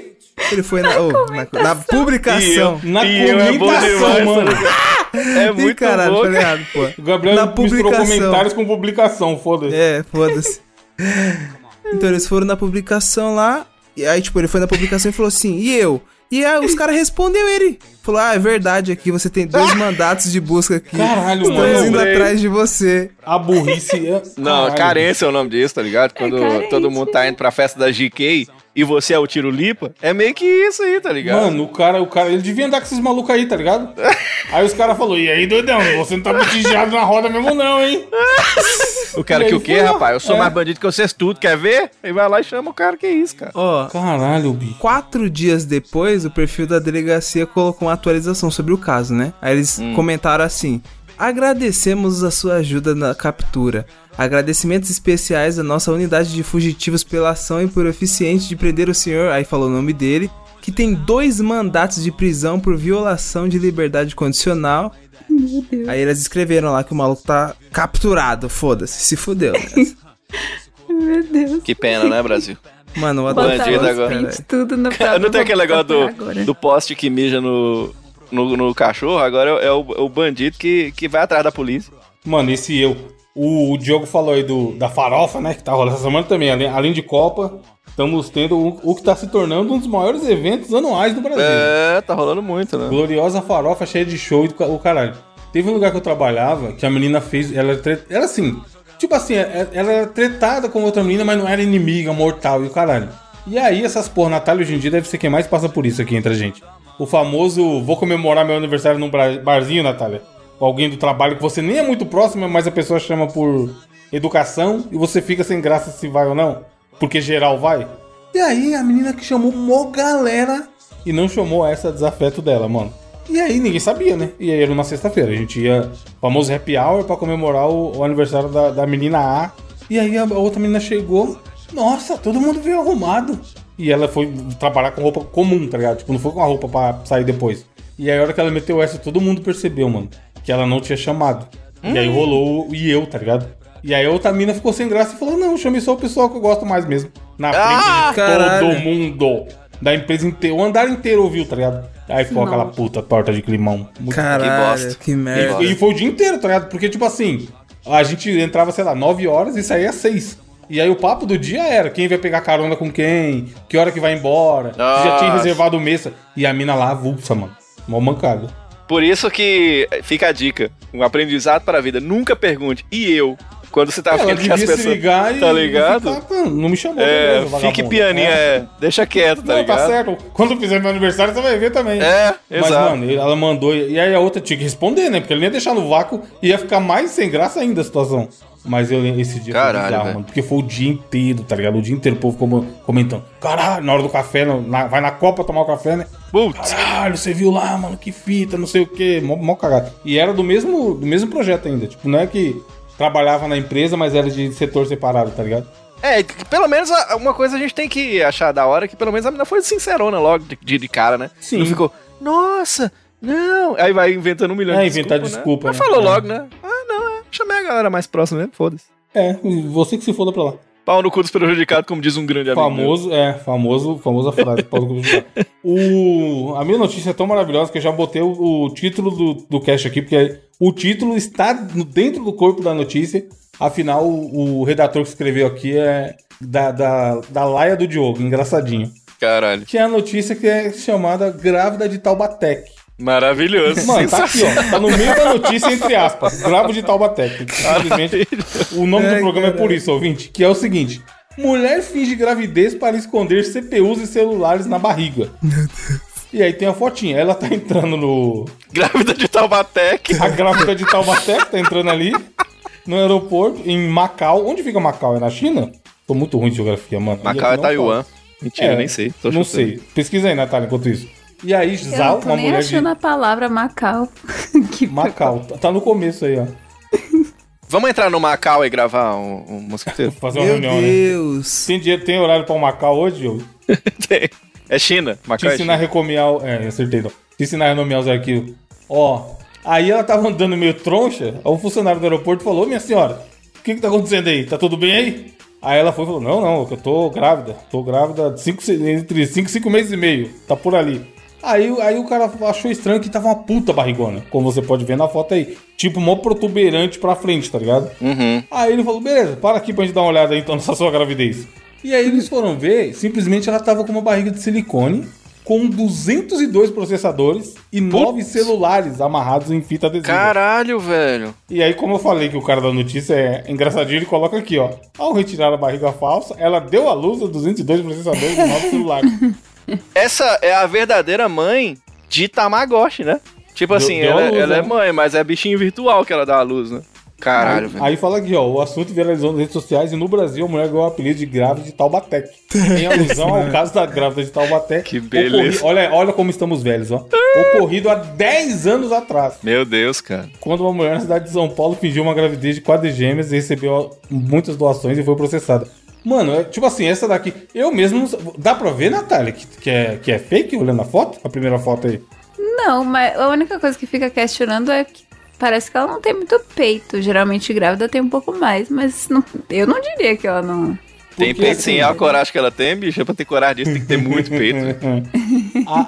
Speaker 4: Ele foi na, ô, na- na publicação.
Speaker 1: Na
Speaker 2: E eu é bom
Speaker 1: publicação,
Speaker 2: demais,
Speaker 1: mano.
Speaker 2: É
Speaker 4: tá Ih,
Speaker 2: muito
Speaker 4: caralho,
Speaker 2: bom.
Speaker 4: tá
Speaker 2: cara.
Speaker 4: ligado,
Speaker 1: O
Speaker 4: pô?
Speaker 1: Gabriel
Speaker 4: Na
Speaker 1: misturou
Speaker 4: publicação.
Speaker 1: comentários com publicação, foda-se.
Speaker 4: É, foda-se. Então eles foram na publicação lá, e aí, tipo, ele foi na publicação e falou assim, e eu? E aí os caras respondeu ele. Falou, ah, é verdade aqui, você tem dois mandatos de busca aqui.
Speaker 1: Caralho,
Speaker 4: Estamos
Speaker 1: mano.
Speaker 4: indo
Speaker 2: Lembrei.
Speaker 4: atrás de você.
Speaker 1: A burrice. é-
Speaker 2: Não,
Speaker 1: Caralho.
Speaker 2: carência é o nome disso, tá ligado? Quando
Speaker 3: carente.
Speaker 2: todo mundo tá indo pra festa da GK e você é o tiro lipa, é meio que isso aí, tá ligado?
Speaker 1: Mano, o cara, o cara, ele devia andar com esses malucos aí, tá ligado? Aí os caras falaram, e aí, doidão, você não tá botijado na roda mesmo não, hein?
Speaker 2: O cara
Speaker 1: E
Speaker 2: que
Speaker 1: aí
Speaker 2: o quê,
Speaker 1: foi lá.
Speaker 2: rapaz? Eu sou
Speaker 1: É.
Speaker 2: mais bandido que vocês tudo, quer ver? Aí vai lá e chama o cara, que isso, cara.
Speaker 4: Ó,
Speaker 1: Caralho, bicho.
Speaker 4: quatro dias depois, o perfil da delegacia colocou uma atualização sobre o caso, né? Aí eles comentaram assim: agradecemos a sua ajuda na captura. Agradecimentos especiais à nossa unidade de fugitivos pela ação e por eficiente de prender o senhor, aí falou o nome dele, que tem dois mandatos de prisão por violação de liberdade condicional. Aí eles escreveram lá que o maluco tá capturado, foda-se, se fudeu. né?
Speaker 3: Meu Deus.
Speaker 2: Que pena, né, Brasil?
Speaker 4: Mano, eu adoro
Speaker 3: Botar
Speaker 2: Bandido
Speaker 3: os
Speaker 2: agora. né?
Speaker 3: pins tudo no prato.
Speaker 2: É, Não tem
Speaker 3: vou
Speaker 2: aquele negócio
Speaker 3: procurar
Speaker 2: do,
Speaker 3: agora.
Speaker 2: do poste que mija no, no, no cachorro, agora é o, é o- o bandido que, que vai atrás da polícia.
Speaker 1: Mano, esse eu. O, o Diogo falou aí do, da farofa, né? Que tá rolando essa semana também. Além, além de Copa, estamos tendo o, o que tá se tornando um dos maiores eventos anuais do Brasil.
Speaker 2: É, tá rolando muito, né?
Speaker 1: Gloriosa farofa cheia de show e do ca- o caralho. Teve um lugar que eu trabalhava que a menina fez. Ela era, tre- era assim. Tipo assim, é- ela era tretada com outra menina, mas não era inimiga, mortal e o caralho. E aí, essas porra, Natália hoje em dia deve ser quem mais passa por isso aqui entre a gente. O famoso vou comemorar meu aniversário num bra- barzinho, Natália. Com alguém do trabalho que você nem é muito próximo, mas a pessoa chama por educação e você fica sem graça se vai ou não. Porque geral vai. E aí, a menina que chamou mó galera e não chamou essa desafeto dela, mano. E aí ninguém sabia, né? E aí era uma sexta-feira. A gente ia famoso happy hour pra comemorar o, o aniversário da, da menina A. E aí a outra menina chegou. Nossa, todo mundo veio arrumado. E ela foi trabalhar com roupa comum, tá ligado? Tipo, não foi com a roupa pra sair depois. E aí a hora que ela meteu essa, todo mundo percebeu, mano, que ela não tinha chamado. E aí rolou o e eu, tá ligado? E aí a outra mina ficou sem graça e falou: não, eu chamei só o pessoal que eu gosto mais mesmo. Na frente
Speaker 2: Ah,
Speaker 1: de
Speaker 4: caralho.
Speaker 1: todo mundo. Da empresa inteira. O andar inteiro ouviu, tá ligado? Aí ficou
Speaker 3: Nossa.
Speaker 1: aquela puta torta de climão. Muito
Speaker 4: Caralho, que,
Speaker 2: bosta. É.
Speaker 4: merda.
Speaker 1: e, e foi o dia inteiro, tá ligado? Porque, tipo assim, a gente entrava, sei lá, 9 horas e saía às 6. E aí o papo do dia era quem vai pegar carona com quem, que hora que vai embora, se já tinha
Speaker 2: Nossa.
Speaker 1: reservado mesa. E a mina lá avulsa, mano. Mó mancada.
Speaker 2: Por isso que eh, fica a dica, um aprendizado para a vida. Nunca pergunte, e eu? Quando você tá
Speaker 1: Ela
Speaker 2: vendo que
Speaker 1: devia
Speaker 2: as
Speaker 1: se
Speaker 2: pessoas.
Speaker 1: ligar e.
Speaker 2: tá ligado?
Speaker 1: e ficar, "Mano, não me chamou,
Speaker 2: É,
Speaker 1: beleza,
Speaker 2: fique
Speaker 1: vagabundo."
Speaker 2: pianinha,
Speaker 1: É.
Speaker 2: é. Deixa quieto, tá
Speaker 1: não,
Speaker 2: ligado?
Speaker 1: tá certo. Quando fizer meu aniversário, você vai ver também.
Speaker 2: É,
Speaker 1: Mas,
Speaker 2: exato.
Speaker 1: mano, ela mandou. E aí a outra tinha que responder, né? Porque ele ia deixar no vácuo e ia ficar mais sem graça ainda a situação. Mas eu, esse dia
Speaker 2: Caralho,
Speaker 1: foi
Speaker 2: velho.
Speaker 1: mano. Porque foi o dia inteiro, tá ligado? O dia inteiro o povo como- comentando. Caralho, na hora do café, no- na- vai na Copa tomar o café, né?
Speaker 2: Putz,
Speaker 1: Caralho, você viu lá, mano, que fita, não sei o quê. Mó, mó cagada. E era do mesmo, do mesmo projeto ainda. Tipo, não é que trabalhava na empresa, mas era de setor separado, tá ligado?
Speaker 2: É, que pelo menos a- uma coisa a gente tem que achar da hora, é que pelo menos a menina foi sincerona logo de, de- de cara, né?
Speaker 1: Sim.
Speaker 2: Não ficou, nossa, não. Aí vai inventando um milhão
Speaker 1: É,
Speaker 2: de
Speaker 1: inventar desculpa,
Speaker 2: Né? Mas
Speaker 1: né?
Speaker 2: falou
Speaker 1: É.
Speaker 2: logo, né? Ah, não, é. Chamei a galera mais próxima mesmo, foda-se.
Speaker 1: É, você que se foda pra lá.
Speaker 2: Pau no cu dos prejudicados, como diz um grande amigo. meu.
Speaker 1: Famoso, é, famoso, famosa frase. Paulo Cruz de Fá. o, a minha notícia é tão maravilhosa que eu já botei o, o título do, do cast aqui, porque o título está no- dentro do corpo da notícia. Afinal, o, o redator que escreveu aqui é da, da, da Laia do Diogo, engraçadinho.
Speaker 2: Caralho.
Speaker 1: Que é a notícia que é chamada Grávida de Taubatec.
Speaker 2: Maravilhoso.
Speaker 1: Mano, tá aqui, ó. Tá no meio da notícia, entre aspas. Bravo de Taubaté. Simplesmente, o nome do programa é por isso, ouvinte. Que é o seguinte. Mulher finge gravidez para esconder CPUs e celulares na barriga. Meu Deus. E aí tem a fotinha. Ela tá entrando no...
Speaker 2: Grávida de Taubatec.
Speaker 1: A grávida de Taubaté tá entrando ali. No aeroporto, em Macau. Onde fica Macau? É na China? Tô muito ruim de geografia, mano.
Speaker 2: Macau é
Speaker 1: Não falo.
Speaker 2: Taiwan. Mentira,
Speaker 1: É,
Speaker 2: nem sei. tô
Speaker 1: Não
Speaker 2: chutando.
Speaker 1: sei. Pesquisa aí, Natália, enquanto isso. E aí,
Speaker 3: Eu
Speaker 1: Zal,
Speaker 3: não tô
Speaker 1: uma
Speaker 3: nem
Speaker 1: mulher de
Speaker 3: achando a palavra Macau. que
Speaker 1: Macau. Tá- Tá no começo aí, ó.
Speaker 2: Vamos entrar no Macau e gravar um, um mosquiteiro?
Speaker 1: Fazer uma
Speaker 4: Meu
Speaker 1: reunião, né?
Speaker 4: Deus.
Speaker 1: Tem dinheiro, tem horário pra o Macau hoje, eu
Speaker 2: Tem. é China.
Speaker 1: te
Speaker 2: Macau é
Speaker 1: ensinar a
Speaker 2: China.
Speaker 1: recomear. o- É, acertei não. Te ensinar a renomear os arquivos. Ó, aí ela tava andando meio troncha, aí o funcionário do aeroporto falou, "Ô, minha senhora, o que que tá acontecendo aí? Tá tudo bem aí? Aí ela foi e falou, não, não, eu tô grávida, tô grávida de cinco, se- entre 5 e 5 meses e meio, tá por ali. Aí, o- aí o cara achou estranho que tava uma puta barrigona, como você pode ver na foto aí. Tipo, mó protuberante pra frente, tá ligado?
Speaker 2: Uhum.
Speaker 1: Aí ele falou, beleza, para aqui pra gente dar uma olhada então nessa sua gravidez. E aí eles foram ver, simplesmente ela tava com uma barriga de silicone, com 202 processadores e nove celulares amarrados em fita adesiva.
Speaker 2: Caralho, velho.
Speaker 1: E aí, como eu falei que o cara da notícia é engraçadinho, ele coloca aqui, ó. Ao retirar a barriga falsa, ela deu à luz a 202 processadores e nove celulares.
Speaker 2: Essa é a verdadeira mãe de Tamagotchi, né? Tipo assim,
Speaker 1: deu
Speaker 2: ela,
Speaker 1: a luz,
Speaker 2: ela é
Speaker 1: né?
Speaker 2: mãe, mas é bichinho virtual que ela dá a luz, né? Caralho, velho.
Speaker 1: Aí fala aqui, ó, o assunto viralizou nas redes sociais e no Brasil a mulher ganhou o apelido de grávida de Taubaté. Em alusão ao caso da grávida de Taubaté.
Speaker 2: Que beleza.
Speaker 1: ocorri- Olha, olha como estamos velhos, ó. Ocorrido há 10 anos atrás,
Speaker 2: Meu Deus, cara.
Speaker 1: quando uma mulher na cidade de São Paulo fingiu uma gravidez de quadrigêmeas e recebeu muitas doações e foi processada. Mano, é, tipo assim, essa daqui, eu mesmo não sa- Dá pra ver, Natália, que, que, é, que é fake olhando a foto? A primeira foto aí.
Speaker 3: Não, mas a única coisa que fica questionando é que parece que ela não tem muito peito. Geralmente grávida tem um pouco mais, mas não- eu não diria que ela não.
Speaker 2: Tem
Speaker 1: Porque,
Speaker 2: peito
Speaker 1: assim,
Speaker 2: sim, a coragem que ela tem, bicho. é Pra ter coragem disso, tem que ter muito peito. né?
Speaker 1: É, A,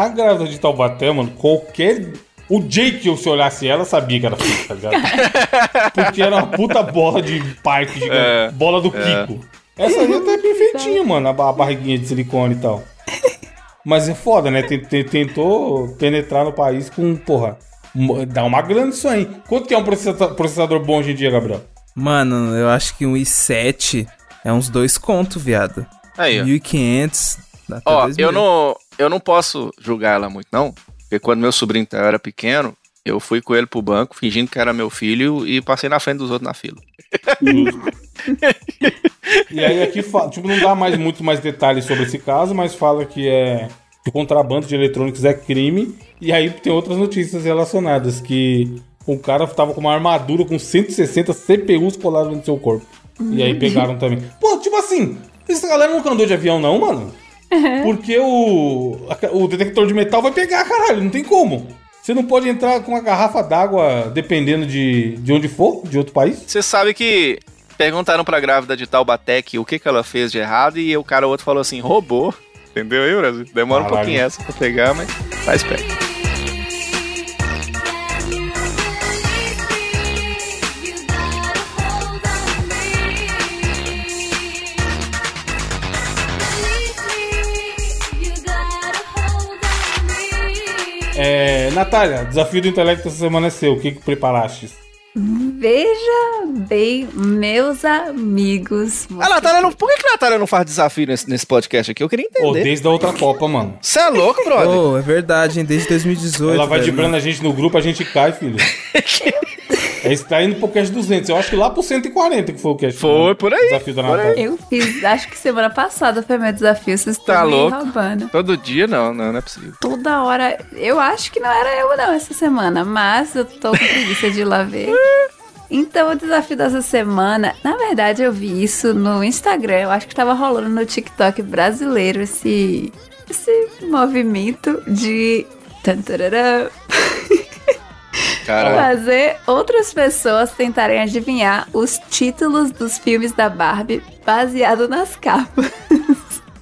Speaker 1: a, a grávida de Taubaté, mano, qualquer. O Jake, se olhasse ela, sabia que era fake, tá ligado? Porque era uma puta bola de parque gigante.
Speaker 2: É,
Speaker 1: bola do Kiko. Essa aí até é perfeitinha, mano, a, ba- a barriguinha de silicone e tal. Mas é foda, né? Tem- tem- Tentou penetrar no país com, porra. mo- Dá uma grana isso aí. Quanto que é um processa- processador bom hoje em dia, Gabriel?
Speaker 4: Mano, eu acho que um i7 é uns dois conto, viado.
Speaker 2: Aí, ó.
Speaker 4: 1.500. dá até
Speaker 2: Ó,
Speaker 4: dois
Speaker 2: eu
Speaker 4: mil.
Speaker 2: não, eu não posso julgar ela muito, não. Porque quando meu sobrinho era pequeno, eu fui com ele pro banco, fingindo que era meu filho, e passei na frente dos outros na fila.
Speaker 1: E aí aqui fala, tipo, não dá mais muito mais detalhes sobre esse caso, mas fala que é que o contrabando de eletrônicos é crime. E aí tem outras notícias relacionadas, que o cara tava com uma armadura com 160 CPUs coladas no seu corpo. E aí pegaram também. Pô, tipo assim, essa galera nunca andou de avião não, mano. Porque o, o detector de metal vai pegar, caralho, não tem como. Você não pode entrar com uma garrafa d'água, dependendo de, de onde for, de outro país.
Speaker 2: Você sabe que perguntaram pra grávida de Taubaté que o que, que ela fez de errado e o cara outro falou assim, roubou. Entendeu aí, Brasil? Demora um
Speaker 1: Caralho.
Speaker 2: pouquinho essa pra pegar, mas faz perto.
Speaker 1: É, Natália, desafio do intelecto essa semana é seu. O que, que preparaste?
Speaker 3: Veja bem, meus amigos.
Speaker 2: A Natália não. tá Por que, que a Natália não faz desafio nesse, nesse podcast aqui? Eu queria
Speaker 1: Ô,
Speaker 2: entender.
Speaker 1: desde a outra Copa, mano.
Speaker 2: Você é louco, brother?
Speaker 4: Ô, é verdade, hein? Desde 2018.
Speaker 1: Ela vai
Speaker 4: velho,
Speaker 2: né?
Speaker 1: vibrando a gente no grupo, a gente cai, filho. É isso, tá indo pro cast 200. Eu acho que lá pro 140 que foi o cast.
Speaker 2: Foi,
Speaker 1: né?
Speaker 2: por aí,
Speaker 1: Desafio da
Speaker 2: por
Speaker 1: Natália.
Speaker 3: Eu fiz, acho que semana passada foi meu desafio, vocês estão
Speaker 2: Tá
Speaker 3: me
Speaker 2: louco?
Speaker 3: roubando.
Speaker 2: Todo dia não, não, não é possível.
Speaker 3: Toda hora, eu acho que não era eu não essa semana, mas eu tô com preguiça de ir lá ver. Então o desafio dessa semana, na verdade eu vi isso no Instagram, eu acho que tava rolando no TikTok brasileiro esse, esse movimento de... tan, tarará,
Speaker 2: Cara,
Speaker 3: Fazer outras pessoas tentarem adivinhar os títulos dos filmes da Barbie baseado nas capas.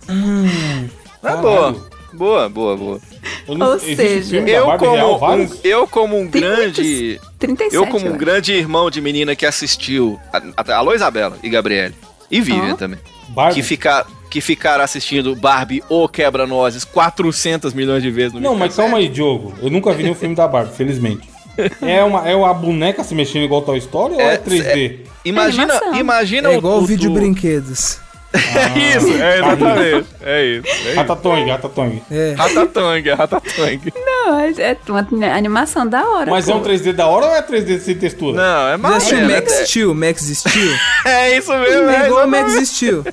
Speaker 2: ah,
Speaker 1: Caralho.
Speaker 2: boa. Boa, boa, boa.
Speaker 1: Eu não-
Speaker 3: Ou
Speaker 1: existe
Speaker 3: seja,
Speaker 1: filme da
Speaker 2: Eu
Speaker 1: Barbie real,
Speaker 2: como, um,
Speaker 1: vários?
Speaker 2: eu como um
Speaker 3: Tem
Speaker 2: grande.
Speaker 3: 37,
Speaker 2: Eu como um
Speaker 3: acho.
Speaker 2: grande irmão de menina que assistiu. A, a- alô, Isabela e Gabriele. E Vivian
Speaker 3: Ó.
Speaker 2: também.
Speaker 1: Barbie?
Speaker 2: Que, fica, que ficaram assistindo Barbie ou Quebra-Nozes 400 milhões de vezes no
Speaker 1: Não, mas calma aí, Diogo. Eu nunca vi nenhum filme da Barbie, felizmente. É uma, é uma boneca se mexendo igual Toy Story ou é
Speaker 2: É,
Speaker 1: 3D?
Speaker 2: Imagina,
Speaker 3: Animação.
Speaker 2: imagina
Speaker 4: É igual o vídeo
Speaker 2: tu-
Speaker 4: brinquedos.
Speaker 2: É isso, é
Speaker 1: Ah, tá. exatamente.
Speaker 2: É isso. É
Speaker 1: Ratatouille, Ratatouille.
Speaker 4: É.
Speaker 2: Ratatang, é Ratatang.
Speaker 3: Não, é, é uma animação da hora.
Speaker 1: Mas
Speaker 3: pô.
Speaker 1: é um 3D da hora ou é 3D sem textura?
Speaker 2: Não, é
Speaker 4: Já
Speaker 2: mais.
Speaker 4: assistiu Max Steel? Max Steel?
Speaker 2: É isso mesmo,
Speaker 4: É
Speaker 2: é
Speaker 4: igual
Speaker 2: isso
Speaker 4: o Max
Speaker 2: mesmo.
Speaker 4: Steel.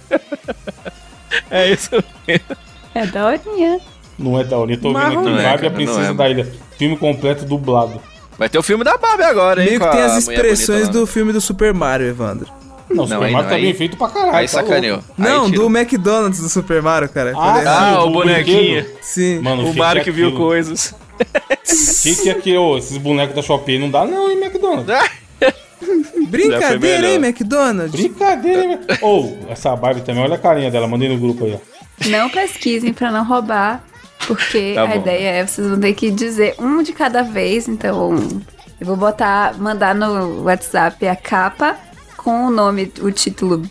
Speaker 2: É isso mesmo.
Speaker 3: É daorinha.
Speaker 1: Não é da hora. Eu tô
Speaker 2: Mas
Speaker 1: vendo
Speaker 2: não
Speaker 1: aqui
Speaker 2: é,
Speaker 1: Barbie e a
Speaker 2: cara,
Speaker 1: Princesa
Speaker 2: não é.
Speaker 1: da Ilha. Filme completo dublado.
Speaker 2: Vai ter o filme da Barbie agora, hein?
Speaker 4: Meio que
Speaker 2: com
Speaker 4: tem
Speaker 2: a mulher
Speaker 4: as
Speaker 2: bonita
Speaker 4: expressões
Speaker 2: lá.
Speaker 4: do filme do Super Mario, Evandro.
Speaker 1: Não, o
Speaker 2: Não,
Speaker 1: Super
Speaker 2: aí
Speaker 1: Mario tá
Speaker 2: não,
Speaker 1: bem
Speaker 2: aí-
Speaker 1: feito pra caralho.
Speaker 2: Aí
Speaker 1: tá louco.
Speaker 2: sacaneou.
Speaker 4: Não,
Speaker 2: Aí tira.
Speaker 4: do McDonald's do Super Mario, cara. Falei
Speaker 1: sim,
Speaker 4: errado.
Speaker 2: Ah, o
Speaker 1: do
Speaker 2: bonequinho.
Speaker 1: brinquedo.
Speaker 4: Sim.
Speaker 1: Mano,
Speaker 2: O
Speaker 1: que
Speaker 2: Mário
Speaker 1: é
Speaker 2: que viu
Speaker 1: aquilo?
Speaker 2: coisas.
Speaker 1: Que que é que, ô, esses bonecos da Shopee não dá não, hein, McDonald's?
Speaker 4: Brincadeira,
Speaker 2: melhor.
Speaker 4: hein, McDonald's?
Speaker 1: Brincadeira, hein, Mc- Ou, essa Barbie também, olha a carinha dela, mandei no grupo aí, ó.
Speaker 3: Não pesquisem pra não roubar, porque
Speaker 2: Tá
Speaker 3: a
Speaker 2: bom.
Speaker 3: ideia é vocês vão ter que dizer um de cada vez. Então, eu vou botar, mandar no WhatsApp a capa com o nome, o título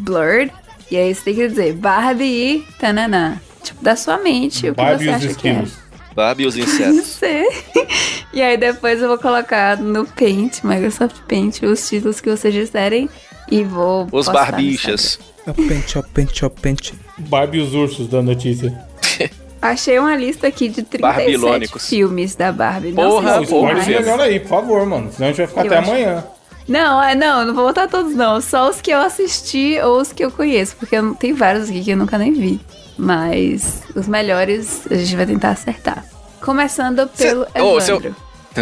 Speaker 3: Blurred. E aí você tem que dizer Barbie e tananã. Tipo, da sua mente, o que
Speaker 1: Barbie
Speaker 3: você
Speaker 1: e os
Speaker 3: acha que é.
Speaker 1: esquilos.
Speaker 2: Barbie e os insetos.
Speaker 3: Você. E aí depois eu vou colocar no Paint, Microsoft Paint, os títulos que vocês disserem e vou
Speaker 2: Os
Speaker 3: postar no
Speaker 2: barbichas.
Speaker 4: Ó, Pente, ó, pente, ó, pente.
Speaker 1: Barbie e os ursos da notícia.
Speaker 3: Achei uma lista aqui de 37
Speaker 2: Barbilônicos.
Speaker 3: filmes da Barbie.
Speaker 2: Porra,
Speaker 3: não,
Speaker 1: Não,
Speaker 3: sei se
Speaker 2: porra,
Speaker 1: escolhe
Speaker 3: mais.
Speaker 1: os melhor aí, por favor, mano. Senão a gente vai ficar
Speaker 3: Ah, Eu
Speaker 1: até
Speaker 3: acho-
Speaker 1: amanhã.
Speaker 3: não, é, não, não vou botar todos não, só os que eu assisti ou os que eu conheço, porque eu não- tem vários aqui que eu nunca nem vi. Mas os melhores a gente vai tentar acertar. Começando pelo
Speaker 2: Ô, seu-
Speaker 3: Evandro.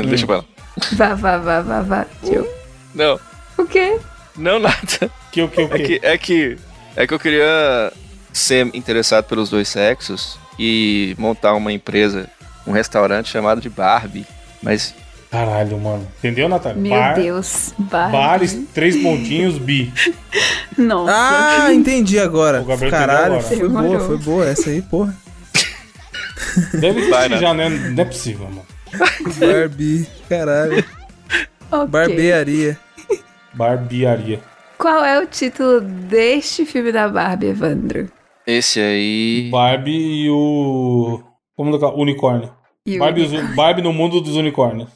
Speaker 2: Deixa pra lá.
Speaker 3: Vá, vá, vá, vá, vá. Tio.
Speaker 2: Não,
Speaker 3: O quê?
Speaker 2: não nada.
Speaker 1: Que o que o
Speaker 2: É
Speaker 1: que?
Speaker 2: que, é que. É que eu queria ser interessado pelos dois sexos e montar uma empresa, um restaurante chamado de Barbie. Mas
Speaker 1: Caralho, mano. Entendeu, Natália?
Speaker 3: Meu
Speaker 1: Bar,
Speaker 3: Deus. Bar.
Speaker 1: Bares, três pontinhos, bi.
Speaker 3: Nossa.
Speaker 4: Ah, entendi agora.
Speaker 1: O Gabriel
Speaker 4: Caralho,
Speaker 1: entendeu
Speaker 4: foi
Speaker 3: agora.
Speaker 4: boa, foi boa essa aí, porra.
Speaker 1: Deve
Speaker 2: Vai,
Speaker 1: existir já, né? Não é possível, mano.
Speaker 4: Barbie, caralho.
Speaker 3: ok.
Speaker 4: Barbearia.
Speaker 1: Barbearia.
Speaker 3: Qual é o título deste filme da Barbie, Evandro?
Speaker 2: Esse aí.
Speaker 1: Barbie e o. Como do ca- Unicórnio.
Speaker 3: E o-
Speaker 1: Barbie, e os- Barbie no mundo dos unicórnios.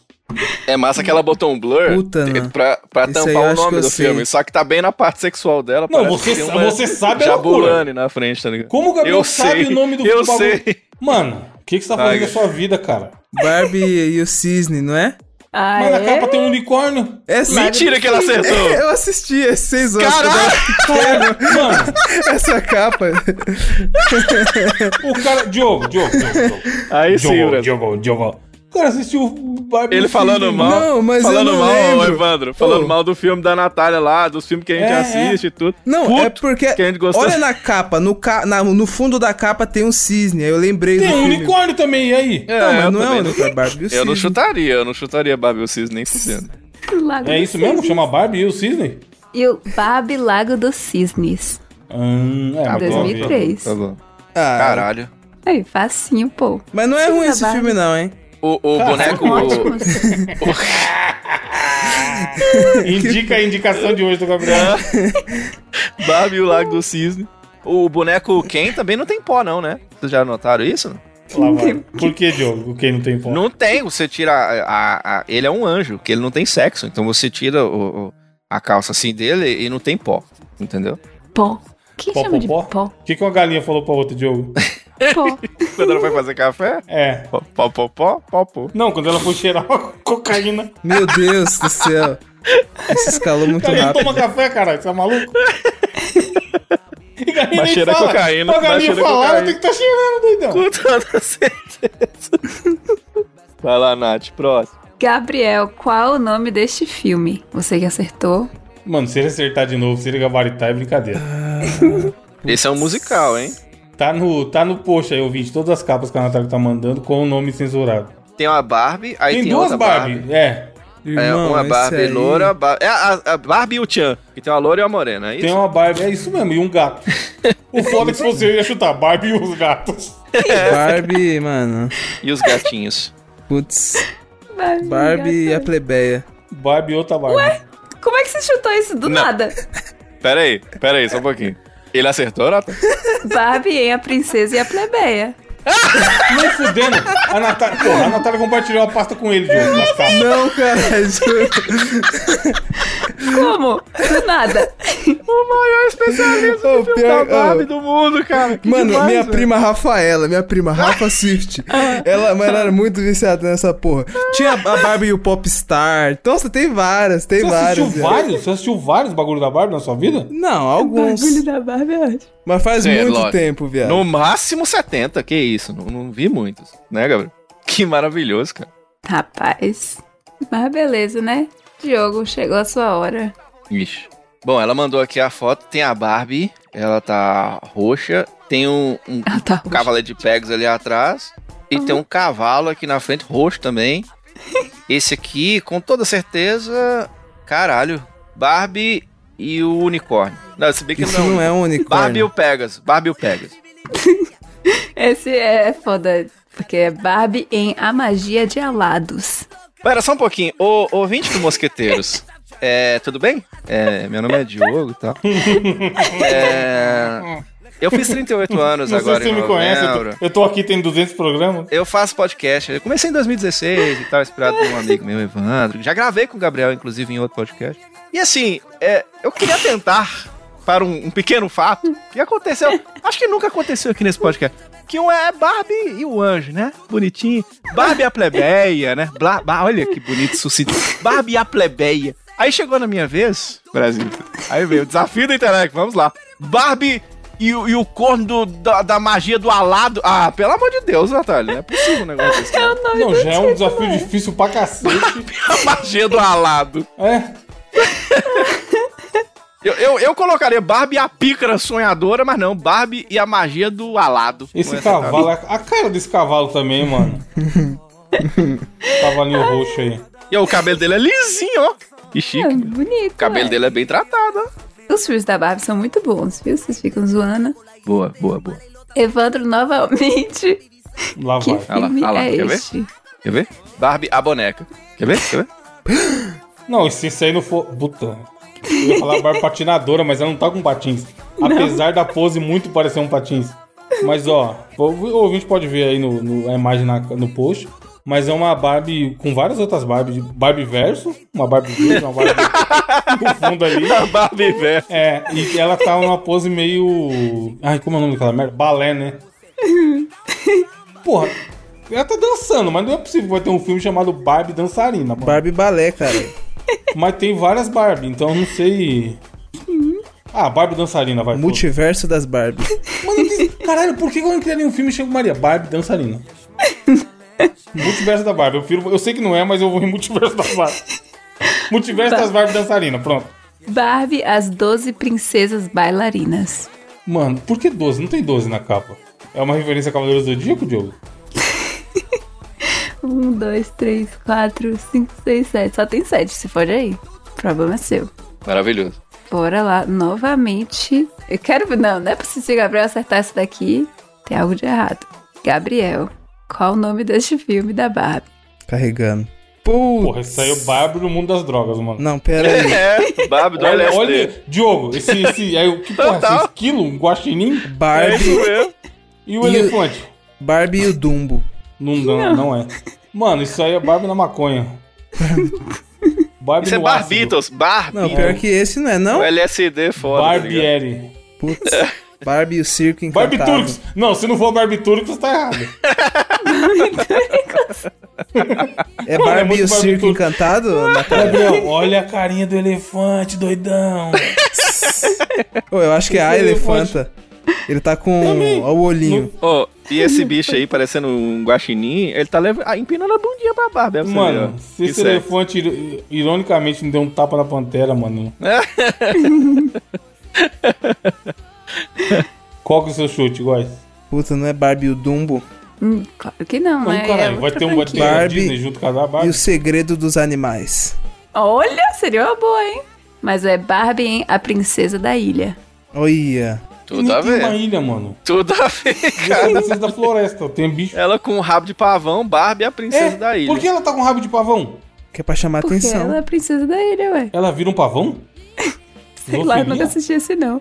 Speaker 2: É massa que ela botou um blur
Speaker 4: Puta,
Speaker 2: te-
Speaker 4: não.
Speaker 2: pra, pra
Speaker 4: Esse aí eu
Speaker 2: tampar o
Speaker 4: acho que
Speaker 2: nome
Speaker 4: eu
Speaker 2: do
Speaker 4: sei.
Speaker 2: filme. Só que tá bem na parte sexual dela.
Speaker 1: Não,
Speaker 2: parece
Speaker 1: você,
Speaker 2: que tem
Speaker 1: sa-
Speaker 2: uma
Speaker 1: você sabe a loucura.
Speaker 2: Jabulani na frente, tá ligado?
Speaker 1: Como o Gabriel
Speaker 2: Eu
Speaker 1: sabe
Speaker 2: sei,
Speaker 1: o nome do
Speaker 2: eu
Speaker 1: bagulho?
Speaker 2: sei.
Speaker 1: Mano, o que, que você tá fazendo
Speaker 2: Ai,
Speaker 1: da sua vida, cara?
Speaker 4: Barbie e o cisne, não é?
Speaker 3: Ah,
Speaker 1: Mas na
Speaker 3: é?
Speaker 1: capa tem um unicórnio.
Speaker 4: É sim.
Speaker 2: Mentira que ela acertou!
Speaker 4: Eu assisti, é seis horas.
Speaker 2: Caralho!
Speaker 1: Caralho, mano,
Speaker 4: Essa capa.
Speaker 1: o cara. Diogo, Diogo, Diogo. Diogo.
Speaker 2: Aí sim,
Speaker 1: Diogo,
Speaker 2: Brasil.
Speaker 1: Diogo, Diogo. O cara assistiu o Barbie.
Speaker 2: Ele falando mal.
Speaker 4: Não, mas eu
Speaker 2: falando
Speaker 4: não
Speaker 2: mal,
Speaker 4: lembro.
Speaker 2: Evandro. Falando
Speaker 4: Pô.
Speaker 2: mal do filme da Natália lá, dos filmes que a gente
Speaker 1: É,
Speaker 2: assiste e tudo.
Speaker 4: Não,
Speaker 2: Puto
Speaker 4: é porque.
Speaker 2: que a gente gostou.
Speaker 4: Olha na capa, no, ca... na- no fundo da capa tem um cisne. Aí eu lembrei
Speaker 1: Tem
Speaker 4: do
Speaker 1: um
Speaker 4: filme.
Speaker 1: unicórnio também, e aí?
Speaker 2: É,
Speaker 4: Não, mas
Speaker 2: eu
Speaker 4: não é
Speaker 2: também
Speaker 4: o unicórnio, é Barbie e o cisne.
Speaker 2: Eu não chutaria, eu não chutaria Babi o Cisne nem fudendo.
Speaker 3: Lago
Speaker 1: É
Speaker 3: dos
Speaker 1: isso mesmo?
Speaker 3: Cisnes.
Speaker 1: Chama Barbie e o Cisne?
Speaker 3: E o Barbie Lago dos Cisnes,
Speaker 1: Hum, é, mas
Speaker 2: bom,
Speaker 3: 2003.
Speaker 2: Tá bom.
Speaker 4: Ah,
Speaker 2: Caralho.
Speaker 3: Aí, facinho, pô.
Speaker 4: Mas não é
Speaker 3: Sim,
Speaker 4: ruim
Speaker 3: da
Speaker 4: esse
Speaker 3: Barbie.
Speaker 4: filme, não, hein?
Speaker 2: O, o boneco.
Speaker 1: é
Speaker 3: Ótimos.
Speaker 1: Indica a indicação de hoje do Gabriel.
Speaker 2: Barbie e o Lago do Cisne. O boneco Ken também não tem pó, não, né? Vocês já notaram isso?
Speaker 1: Lá vai. Por que, Diogo? Quem não tem pó?
Speaker 2: Não tem, você tira. A, a- a- ele é um anjo, que ele não tem sexo. Então você tira o- o- a calça assim dele e não tem pó. Entendeu?
Speaker 3: Pó. Quem
Speaker 1: Pó,
Speaker 3: chama
Speaker 1: pó,
Speaker 3: de
Speaker 1: pó?
Speaker 3: pó? Pó.
Speaker 1: O que, que uma galinha falou pra outra, Diogo?
Speaker 2: Quando ela vai fazer café,
Speaker 1: É.
Speaker 2: pó, pó, pó, pó, pó, pó.
Speaker 1: Não, quando ela for cheirar uma cocaína.
Speaker 4: Meu Deus do céu. Isso escalou muito
Speaker 1: Galinha não
Speaker 4: rápido.
Speaker 1: toma café, caralho. Você é maluco? E galinha
Speaker 2: Mas
Speaker 1: nem
Speaker 2: cheira
Speaker 1: fala.
Speaker 2: cocaína,
Speaker 1: Pra
Speaker 2: mas
Speaker 1: galinha
Speaker 2: cheira
Speaker 1: falar, ela
Speaker 2: cocaína.
Speaker 1: tem que estar tá cheirando, doidão.
Speaker 2: Com toda certeza. Vai lá, Nath, próximo.
Speaker 3: Gabriel, qual o nome deste filme? Você que acertou.
Speaker 1: Mano, se ele acertar de novo, se ele gabaritar, é brincadeira.
Speaker 2: Esse é um musical, hein?
Speaker 1: Tá no, tá no post aí, ouvinte, todas as capas que a Natália tá mandando com o nome censurado.
Speaker 2: Tem uma Barbie, aí tem,
Speaker 1: tem duas
Speaker 2: outra
Speaker 1: Barbie. é.
Speaker 2: É,
Speaker 4: Irmão,
Speaker 2: uma
Speaker 4: esse
Speaker 2: Barbie
Speaker 4: aí-
Speaker 2: loura, bar... é a, a Barbie e o Tchan, que tem uma loura e uma morena, é isso?
Speaker 1: Tem uma Barbie, é isso mesmo, e um gato. O foda é que se você ia chutar Barbie e os gatos.
Speaker 4: É Barbie, mano.
Speaker 2: E os gatinhos.
Speaker 4: Putz.
Speaker 3: Barbie.
Speaker 4: Barbie e a plebeia.
Speaker 1: Barbie e outra Barbie.
Speaker 3: Como é que você chutou isso do
Speaker 2: Não.
Speaker 3: nada?
Speaker 2: Pera aí, pera aí, só um pouquinho. Ele acertou, Nata?
Speaker 3: Barbie em A Princesa e a Plebeia.
Speaker 1: Nem fudendo. A Natália, pô, a Natália compartilhou a pasta com ele, Diogo, nas capas.
Speaker 4: Não, cara, juro.
Speaker 3: Como? Do nada.
Speaker 2: O maior especialista
Speaker 4: Ô, filme pior- da Barbie ô.
Speaker 2: do mundo, cara.
Speaker 4: Mano, minha prima Rafaela, minha prima Rafa Swift, ela, mano, era muito viciada nessa porra. Tinha a Barbie e o Popstar. Nossa, tem várias, tem
Speaker 1: Você
Speaker 4: várias.
Speaker 1: assistiu
Speaker 4: viado.
Speaker 1: vários? Você assistiu vários bagulho da Barbie na sua vida?
Speaker 4: Não,
Speaker 3: O
Speaker 4: alguns.
Speaker 3: bagulho da Barbie é ótimo.
Speaker 4: Mas faz
Speaker 2: Sim, é
Speaker 4: muito
Speaker 2: lógico.
Speaker 4: tempo, viado.
Speaker 2: No máximo 70, que isso, não, não vi muitos, né, Gabriel? Que maravilhoso, cara.
Speaker 3: Rapaz. Mas beleza, né? Diogo, chegou a sua hora.
Speaker 2: Ixi. Bom, ela mandou aqui a foto, tem a Barbie, ela tá roxa, tem um, um
Speaker 3: Ah, tá.
Speaker 2: um cavaleiro de pegos ali atrás. E tem um cavalo aqui na frente, roxo também. Esse aqui, com toda certeza. Caralho. Barbie e o unicórnio. Não, se bem que
Speaker 4: Isso não é um unicórnio.
Speaker 2: Barbie e o Pegas. Barbie e o Pegas.
Speaker 3: Esse é foda. Porque é Barbie em A Magia de Alados.
Speaker 2: Pera, só um pouquinho. Ô, ouvinte do Mosqueteiros. É, tudo bem? É, meu nome é Diogo e tal. É, eu fiz 38 anos
Speaker 1: Não sei
Speaker 2: agora
Speaker 1: se você
Speaker 2: em
Speaker 1: me conhece, eu
Speaker 2: novembro.
Speaker 1: tô, eu tô aqui tem 200 programas.
Speaker 2: Então, Eu faço podcast. Eu comecei em 2016 e tal, inspirado por um amigo meu, Evandro. Já gravei com o Gabriel, inclusive, em outro podcast. E assim, é, eu queria tentar para um, um pequeno fato que aconteceu. Acho que nunca aconteceu aqui nesse podcast. Que um é Barbie e o anjo, né? Bonitinho. Barbie a plebeia, né? Bla- ba- olha que bonito sucinto. Barbie a plebeia. Aí chegou na minha vez, Brasil. Aí veio o desafio da internet, vamos lá. Barbie e, o- e o corno do- da, da magia do alado. Ah, pelo amor de Deus, Natália, não é possível um negócio desse. cara.
Speaker 1: Não, já é um desafio difícil pra cacete.
Speaker 2: A magia do alado.
Speaker 1: É.
Speaker 2: Eu, eu, eu colocaria Barbie e a pícara sonhadora, mas não, Barbie e a magia do alado. Com
Speaker 1: Esse é-
Speaker 2: essa
Speaker 1: cavalo, a cara desse cavalo também, mano. Cavalinho roxo aí.
Speaker 2: E ó, o cabelo dele é lisinho, ó. Que
Speaker 3: É,
Speaker 2: chique.
Speaker 3: bonito.
Speaker 2: O cabelo dele é bem tratado, ó.
Speaker 3: Os filmes da Barbie são muito bons, viu? Vocês ficam zoando.
Speaker 2: Boa, boa, boa.
Speaker 3: Evandro novamente.
Speaker 1: Lá
Speaker 3: Que
Speaker 1: vai.
Speaker 2: lá,
Speaker 3: filme
Speaker 2: ah lá,
Speaker 3: é
Speaker 2: quer ver?
Speaker 3: este?
Speaker 2: Quer ver? Barbie, a boneca. Quer ver? Quer ver?
Speaker 1: Não, e se isso aí não for. Puta. Eu ia falar barba patinadora, mas ela não tá com patins. Apesar da pose muito parecer um patins. Mas ó, o o ouvinte pode ver aí no, no- a imagem na- no post. Mas é uma Barbie com várias outras Barbie. Barbie verso, uma Barbie verde, uma Barbie no fundo ali.
Speaker 2: Barbie velho.
Speaker 1: É, e ela tá numa pose meio. Ai, como é o nome daquela merda? Balé, né? Porra, ela tá dançando, mas não é possível que vai ter um filme chamado Barbie Dançarina. mano.
Speaker 4: Barbie Balé, cara.
Speaker 1: Mas tem várias Barbie, então eu não sei. Ah, Barbie dançarina, vai. Multi...
Speaker 4: Multiverso das Barbies.
Speaker 1: Mano, que- caralho, por que eu não criaria um filme Chico Maria? Barbie dançarina. multiverso da Barbie. Eu, prefiro- eu sei que não é, mas eu vou em multiverso da Barbie. Multiverso das Barbie dançarina, pronto.
Speaker 3: Barbie, as 12 princesas bailarinas.
Speaker 1: Mano, por que 12? Não tem 12 na capa. É uma referência a Cavaleiros do Zodíaco, Diogo?
Speaker 3: 1, 2, 3, 4, 5, 6, 7. Só tem 7, se fode aí. O problema é seu.
Speaker 2: Maravilhoso.
Speaker 3: Bora lá, novamente. Eu quero. Não, não é possível Gabriel acertar essa daqui. Tem algo de errado. Gabriel, qual o nome deste filme da Barbie?
Speaker 4: Carregando. Putz.
Speaker 1: Porra, isso aí é Barbie no mundo das drogas, mano.
Speaker 4: Não, pera aí.
Speaker 2: É, Barbie do
Speaker 1: Olha,
Speaker 2: LSD.
Speaker 1: olha, Então Diogo, esse, esse, aí, o que porra, esse esquilo, um guaxinim
Speaker 2: É
Speaker 4: Barbie,
Speaker 2: isso mesmo.
Speaker 1: e o
Speaker 4: E o-
Speaker 1: elefante.
Speaker 4: Barbie e o Dumbo.
Speaker 1: Não, não, não é. Mano, isso aí é Barbie na maconha. Barbie
Speaker 2: Isso é
Speaker 1: no ácido.
Speaker 2: Barbitos. Barbie.
Speaker 4: Não, pior que esse não é, não?
Speaker 2: O LSD foda. tá
Speaker 1: é.
Speaker 2: ligado?
Speaker 1: Barbieri.
Speaker 4: Putz. Barbie e o Circo Encantado.
Speaker 1: Barbie Turks. Não, se não for Barbie Turks, você tá errado.
Speaker 4: É
Speaker 1: Mano, é
Speaker 4: Barbie e
Speaker 1: muito
Speaker 4: o
Speaker 1: Barbie
Speaker 4: Circo
Speaker 1: tudo.
Speaker 4: Encantado? tá-
Speaker 1: Gabriel, Tá, olha a carinha do elefante, doidão.
Speaker 4: Ou eu acho que é a
Speaker 1: Esse elefante.
Speaker 4: Elefanta. Ele tá com
Speaker 1: Também.
Speaker 4: ó, o olhinho.
Speaker 2: Ô, e esse bicho aí, parecendo um guaxinim, ele tá leva... ah, empinando a bundinha pra Barbie. é pra você ver, ó.
Speaker 1: Mano, se esse
Speaker 2: Isso é.
Speaker 1: elefante, ir- ironicamente, não deu um tapa na pantera, mano. Qual que é o seu chute, Góis?
Speaker 4: Puta, não é Barbie e o Dumbo?
Speaker 3: Hum, claro que não,
Speaker 1: Não,
Speaker 3: né?
Speaker 1: caralho,
Speaker 3: É
Speaker 1: vai
Speaker 3: outra
Speaker 1: ter um vai ter
Speaker 3: franquia.
Speaker 1: a
Speaker 4: Barbie
Speaker 1: Disney junto com a da
Speaker 4: E
Speaker 1: Barbie.
Speaker 4: o Segredo dos Animais.
Speaker 3: Olha, seria uma boa, hein? Mas é Barbie, hein? A princesa da ilha.
Speaker 4: Olha.
Speaker 2: Tudo a
Speaker 1: Nem tem uma
Speaker 2: ver.
Speaker 1: ilha, mano.
Speaker 2: Tudo a ver,
Speaker 1: Isso é
Speaker 2: cara.
Speaker 1: princesa da floresta, tem bicho.
Speaker 2: Ela com um rabo de pavão, Barbie é a princesa da ilha.
Speaker 1: Por que ela tá com rabo de pavão?
Speaker 4: Que é pra chamar
Speaker 3: Porque
Speaker 4: atenção.
Speaker 3: ela é a princesa da ilha, ué.
Speaker 1: Ela vira um pavão?
Speaker 3: Sei lá,
Speaker 1: Zoofilia?
Speaker 3: eu nunca assisti esse, não.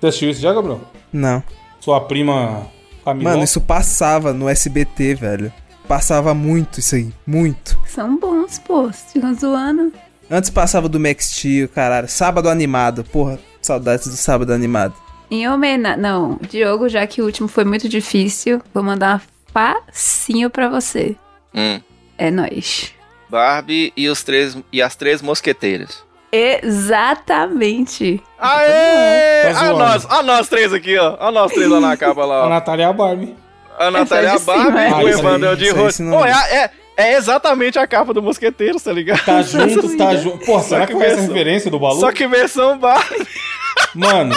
Speaker 1: Você assistiu isso já, Gabriel?
Speaker 4: Não.
Speaker 1: Sua prima Camila.
Speaker 4: Mano, isso passava no SBT, velho. Passava muito isso aí. Muito.
Speaker 3: São bons, pô. Se Ficam zoando.
Speaker 4: Antes passava do Max Steel, caralho. Sábado animado. Porra, saudades do sábado animado.
Speaker 3: Em homenagem. Não, Diogo, já que o último foi muito difícil, vou mandar um facinho pra você.
Speaker 2: Hum.
Speaker 3: É nóis.
Speaker 2: Barbie e, os três, e as três mosqueteiras.
Speaker 3: Exatamente.
Speaker 2: Aê!
Speaker 1: Tá
Speaker 2: Olha
Speaker 1: zoando.
Speaker 2: nós, olha nós três aqui, ó. Olha nós três lá na capa
Speaker 1: A
Speaker 2: lá, ó.
Speaker 1: Natália é a Barbie.
Speaker 2: A Natália é a
Speaker 3: de cima,
Speaker 2: Barbie,
Speaker 3: é.
Speaker 1: Ah,
Speaker 2: o
Speaker 1: isso aí,
Speaker 2: Evandro é o de
Speaker 4: isso aí,
Speaker 2: rosto.
Speaker 4: isso não-
Speaker 2: Pô, é, a- é- é exatamente a capa do Mosqueteiros, tá ligado?
Speaker 1: Tá junto, tá junto. Pô, será que
Speaker 2: que
Speaker 1: foi essa
Speaker 2: versão-
Speaker 1: referência do Balu?
Speaker 2: Só que versão Barbie.
Speaker 1: Mano,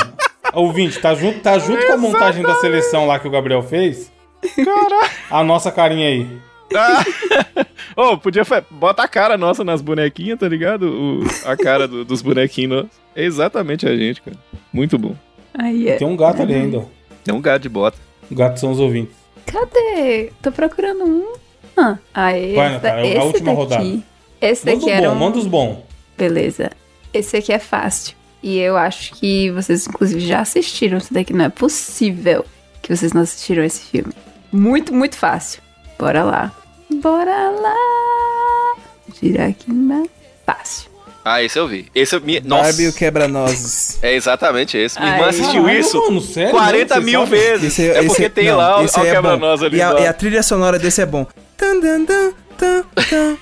Speaker 1: ouvinte, tá junto, tá junto com a montagem da seleção lá que o Gabriel fez?
Speaker 2: Caralho. Ah.
Speaker 1: A nossa carinha aí.
Speaker 2: Ô, podia fa- bota a cara nossa nas bonequinhas, tá ligado? O- a cara do- dos bonequinhos. nossos. É exatamente a gente, cara. Muito bom.
Speaker 3: Aí é.
Speaker 1: Tem um gato ali ainda. ó.
Speaker 2: É um gato de bota.
Speaker 1: O gato são os ouvintes.
Speaker 3: Cadê? Tô procurando um. Ah, aí.
Speaker 1: Vai, Natália, é a
Speaker 3: esse
Speaker 1: última
Speaker 3: daqui.
Speaker 1: rodada.
Speaker 3: Esse
Speaker 1: Manda os
Speaker 3: daqui era
Speaker 1: bons,
Speaker 3: um...
Speaker 1: manda os bons.
Speaker 3: Beleza. Esse aqui é fácil. E eu acho que vocês, inclusive, já assistiram isso daqui. Não é possível que vocês não assistiram esse filme. Muito, muito fácil. Bora lá. Bora lá. Girar aqui na... Fácil.
Speaker 2: Ah, esse eu vi. Esse eu me... Nossa.
Speaker 4: Barbie e o Quebra-Nozes.
Speaker 2: É exatamente esse. Minha irmã
Speaker 3: Ai.
Speaker 2: assistiu
Speaker 1: Caralho,
Speaker 2: isso
Speaker 1: mano, sério?
Speaker 2: 40
Speaker 1: Mano, você
Speaker 2: mil
Speaker 1: sabe?
Speaker 2: vezes.
Speaker 4: Esse-
Speaker 2: é
Speaker 4: esse-
Speaker 2: porque tem
Speaker 4: não,
Speaker 2: lá o,
Speaker 4: esse
Speaker 2: o
Speaker 4: é
Speaker 2: quebra-nós
Speaker 4: bom.
Speaker 2: ali.
Speaker 4: E a,
Speaker 2: do
Speaker 4: e a
Speaker 2: lado.
Speaker 4: trilha sonora desse é bom. Tan, dan, dan, tan, tan,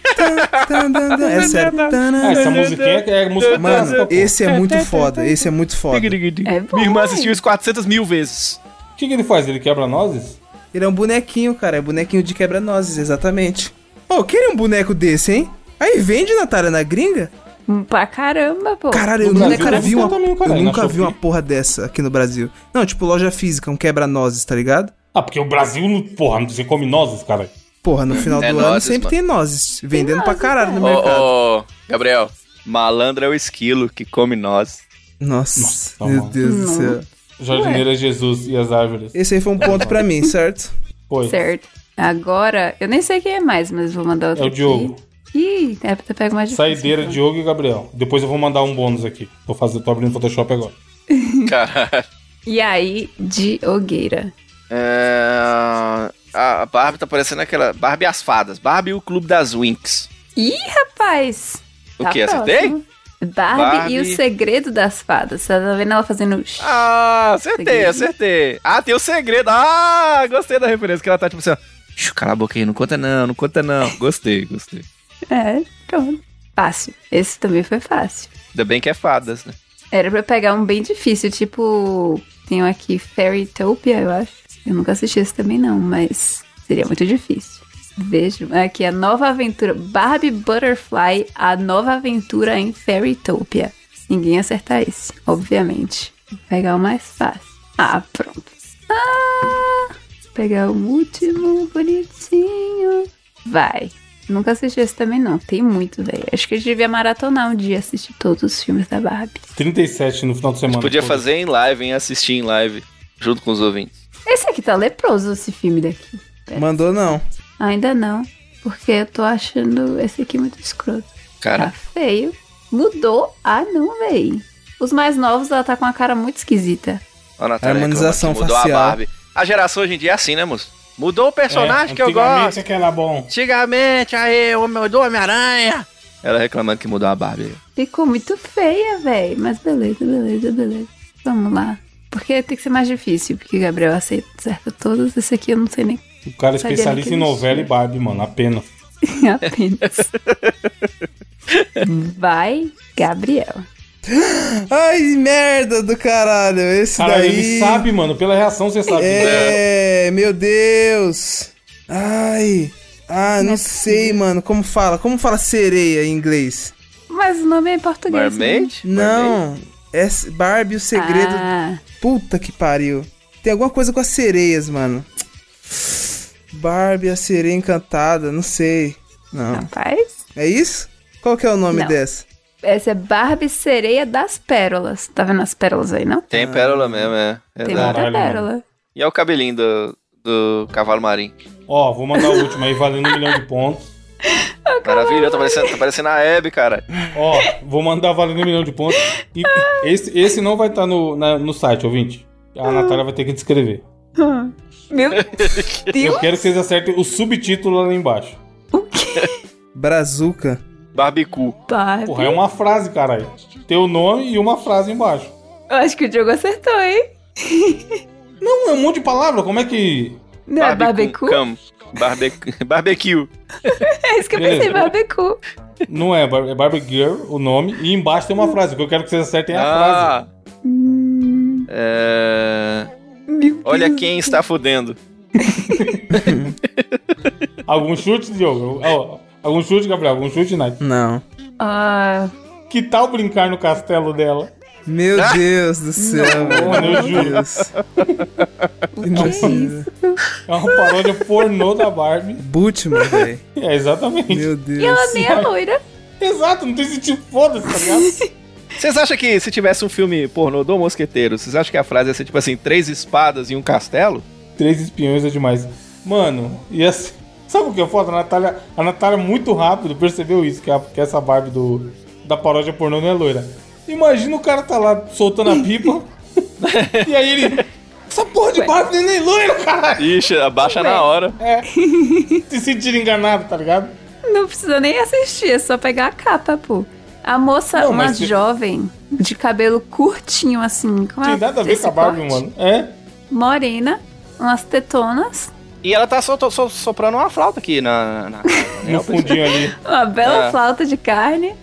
Speaker 4: tan, tan, dan, dan. É sério. Tan,
Speaker 1: Ah,
Speaker 4: dan,
Speaker 1: essa
Speaker 4: dan.
Speaker 1: musiquinha é música
Speaker 4: Mano,
Speaker 1: clássica, pô.
Speaker 4: esse é muito foda. Esse é muito foda.
Speaker 3: É bom,
Speaker 2: Minha irmã
Speaker 3: hein?
Speaker 2: assistiu isso 400 mil vezes.
Speaker 1: O que, que ele faz? Ele quebra nozes?
Speaker 4: Ele é um bonequinho, cara. É bonequinho de quebra-nozes, exatamente. Pô, eu queria um boneco desse, hein? Aí vende, Natália, na gringa?
Speaker 3: Hum, Pra caramba, pô.
Speaker 4: Caralho, eu
Speaker 1: No
Speaker 4: nunca
Speaker 1: Brasil deve
Speaker 4: vi
Speaker 1: ter
Speaker 4: uma,
Speaker 1: também, caralho, na
Speaker 4: eu nunca vi
Speaker 1: Shopee.
Speaker 4: uma porra dessa aqui no Brasil. Não, tipo loja física, um quebra-nozes, tá ligado?
Speaker 1: Ah, porque o Brasil, não- porra, você come nozes, cara.
Speaker 4: Porra, no final
Speaker 2: É
Speaker 4: do ano
Speaker 2: nozes,
Speaker 4: sempre
Speaker 2: mano.
Speaker 4: tem nozes. Vendendo pra
Speaker 3: nozes,
Speaker 4: caralho no
Speaker 2: Ô,
Speaker 4: mercado.
Speaker 2: ô, Gabriel, malandro é o esquilo que come nós.
Speaker 4: Nossa,
Speaker 1: Nossa, tá
Speaker 4: meu
Speaker 1: mano.
Speaker 4: Deus do
Speaker 3: Não.
Speaker 4: céu.
Speaker 1: Jardineira é Jesus e as árvores. é
Speaker 4: Esse aí foi um ponto pra mim, certo?
Speaker 1: Foi.
Speaker 3: Certo. Agora, eu nem sei quem é mais, mas vou mandar outro.
Speaker 1: É o Diogo.
Speaker 3: aqui. Ih, é, até pego mais difícil,
Speaker 1: Saideira,
Speaker 3: então.
Speaker 1: Diogo e Gabriel. Depois eu vou mandar um bônus aqui. Tô, fazendo, tô abrindo o Photoshop agora.
Speaker 2: Caralho.
Speaker 3: E aí, Diogueira.
Speaker 2: É, a Barbie tá parecendo aquela. Barbie e as fadas. Barbie e o Clube das Winx.
Speaker 3: Ih, rapaz!
Speaker 2: O
Speaker 3: tá
Speaker 2: quê? Acertei?
Speaker 3: próximo. Barbie,
Speaker 2: Barbie.
Speaker 3: e o Segredo das Fadas. Você tá vendo ela fazendo... Ah.
Speaker 2: Ah, acertei,
Speaker 3: Segredo.
Speaker 2: acertei. Ah, tem o segredo. Ah, gostei da referência que ela tá tipo assim, ó. Shh, Cala a boca aí, não conta não, não conta não. Gostei, gostei.
Speaker 3: É, pronto. Fácil. Esse também foi fácil.
Speaker 2: Ainda bem que é fadas, né?
Speaker 3: Era pra eu pegar um bem difícil, tipo. Tem um aqui, Fairytopia, eu acho. Eu nunca assisti esse também, não, mas seria muito difícil. Vejo. Aqui, a nova aventura. Barbie Butterfly, a nova aventura em Fairytopia. Ninguém acertar esse, obviamente. Vou pegar o mais fácil. Ah, pronto. Ah! Vou pegar o último, bonitinho. Vai. Nunca assisti esse também, não. Tem muito, velho. Acho que a gente devia maratonar um dia assistir todos os filmes da Barbie.
Speaker 1: 37 no final de semana.
Speaker 2: Podia
Speaker 1: Pô,
Speaker 2: fazer em live, hein? Assistir em live. Junto com os ouvintes.
Speaker 3: Esse aqui tá leproso, esse filme daqui.
Speaker 4: Mandou não.
Speaker 3: Ainda não, porque eu tô achando esse aqui muito escroto. Tá
Speaker 2: Cara,
Speaker 3: feio. Mudou? Ah, não, véi. Os mais novos, ela tá com uma cara muito esquisita.
Speaker 2: olha a Natália
Speaker 4: Harmonização
Speaker 2: reclama que Mudou
Speaker 4: facial.
Speaker 2: a Barbie. A geração hoje em dia é assim, né, moço? Mudou o personagem
Speaker 1: é,
Speaker 2: que eu
Speaker 1: antigamente
Speaker 2: gosto.
Speaker 1: é que era bom.
Speaker 2: Antigamente, aí, o meu do Homem-Aranha. Ela reclamando que mudou a Barbie.
Speaker 3: Ficou muito feia, véi. Mas beleza, beleza, beleza. Vamos lá. Porque tem que ser mais difícil, porque o Gabriel aceita, acerta todos. Esse aqui eu não sei nem
Speaker 1: O cara é
Speaker 3: Sabia
Speaker 1: especialista
Speaker 3: que
Speaker 1: em
Speaker 3: existia.
Speaker 1: novela e Barbie, mano. Apenas.
Speaker 3: apenas. Vai, Gabriel.
Speaker 4: Ai, merda do caralho. Esse
Speaker 1: Cara,
Speaker 4: daí.
Speaker 1: ele sabe, mano. Pela reação você sabe.
Speaker 4: É, meu Deus. Ai. Ah, não sei, mano. Como fala? Como fala sereia em inglês?
Speaker 3: Mas o nome é em português. né?
Speaker 2: Mermaid? Mermaid?
Speaker 4: Não. É Barbie o segredo.
Speaker 3: Ah,
Speaker 4: Puta que pariu. Tem alguma coisa com as sereias, mano. Barbie a sereia encantada, não sei. Não.
Speaker 3: Ah, rapaz.
Speaker 4: É isso? Qual que é o nome
Speaker 3: Não.
Speaker 4: dessa?
Speaker 3: Essa é Barbie Sereia das Pérolas. Tá vendo as pérolas aí, não?
Speaker 2: Tem pérola mesmo, é. é
Speaker 3: Tem
Speaker 2: verdade.
Speaker 1: Caralho,
Speaker 3: muita pérola.
Speaker 2: E é o cabelinho do, do cavalo marinho.
Speaker 1: Ó, vou mandar o último aí, valendo um milhão de pontos.
Speaker 2: Maravilha, tá parecendo, tá parecendo a Hebe, cara.
Speaker 1: Ó, vou mandar valendo um milhão de pontos. E esse, esse não vai estar no, na- no site, ouvinte. A Natália vai ter que descrever.
Speaker 3: Hum. Meu
Speaker 1: Eu
Speaker 3: Deus,
Speaker 1: quero que vocês acertem o subtítulo lá embaixo.
Speaker 3: o que
Speaker 4: Brazuca.
Speaker 2: Barbicu.
Speaker 3: Barbie?
Speaker 1: Porra, é uma frase, caralho. Teu nome e uma frase embaixo.
Speaker 3: Eu acho que o Diogo acertou, hein?
Speaker 1: Não, é um monte de palavra. Como é que.
Speaker 3: Não é
Speaker 2: Barbicu-
Speaker 3: barbecu?
Speaker 2: cam- barbe- Barbecue.
Speaker 3: É isso que eu pensei,
Speaker 1: Beleza.
Speaker 3: barbecu.
Speaker 1: Não é, Bar- é Barbie Girl o nome e embaixo tem uma frase. O que eu quero que vocês acertem é a frase.
Speaker 2: Ah,
Speaker 3: Hum,
Speaker 2: é...
Speaker 3: meu Deus.
Speaker 2: Olha quem está fudendo.
Speaker 1: Algum chute, Diogo? Ó, algum chute, Gabriel? Algum chute, Nath?
Speaker 4: Não.
Speaker 3: Ah,
Speaker 1: Que tal brincar no castelo dela?
Speaker 4: Meu Deus do céu,
Speaker 1: Mano, eu
Speaker 4: velho. Meu
Speaker 1: juro.
Speaker 4: Deus.
Speaker 3: o que é isso?
Speaker 1: É uma paródia pornô da Barbie.
Speaker 4: Bultman, velho.
Speaker 1: É, exatamente.
Speaker 4: Meu
Speaker 3: E
Speaker 4: Deus.
Speaker 3: ela nem é loira.
Speaker 1: Exato, não tem sentido. Foda-se, tá ligado?
Speaker 2: Vocês acham que se tivesse um filme pornô do Mosqueteiro, vocês acham que a frase ia ser tipo assim, três espadas e um castelo?
Speaker 1: Três espiões é demais. Mano, e assim. Sabe o que é foda? A Natália, a Natália é muito rápido percebeu isso, que, é a- que essa Barbie do, da paródia pornô não é loira. Imagina o cara tá lá soltando a pipa. e aí ele. Essa porra de Barbie nem é loira, caralho!
Speaker 2: Ixi, abaixa na hora.
Speaker 1: É. Se sentir enganado, tá ligado?
Speaker 3: Não precisa nem assistir, é só pegar a capa, pô. A moça,
Speaker 1: Não,
Speaker 3: uma
Speaker 1: mas se-
Speaker 3: jovem, de cabelo curtinho, assim. Como
Speaker 1: Tem
Speaker 3: é
Speaker 1: nada a ver
Speaker 3: esse
Speaker 1: com a Barbie,
Speaker 3: corte?
Speaker 1: mano. É.
Speaker 3: Morena, umas tetonas.
Speaker 2: E ela tá solto- sol- soprando uma flauta aqui na... na-
Speaker 1: No fundinho ali.
Speaker 3: Uma bela
Speaker 2: É.
Speaker 3: flauta de carne.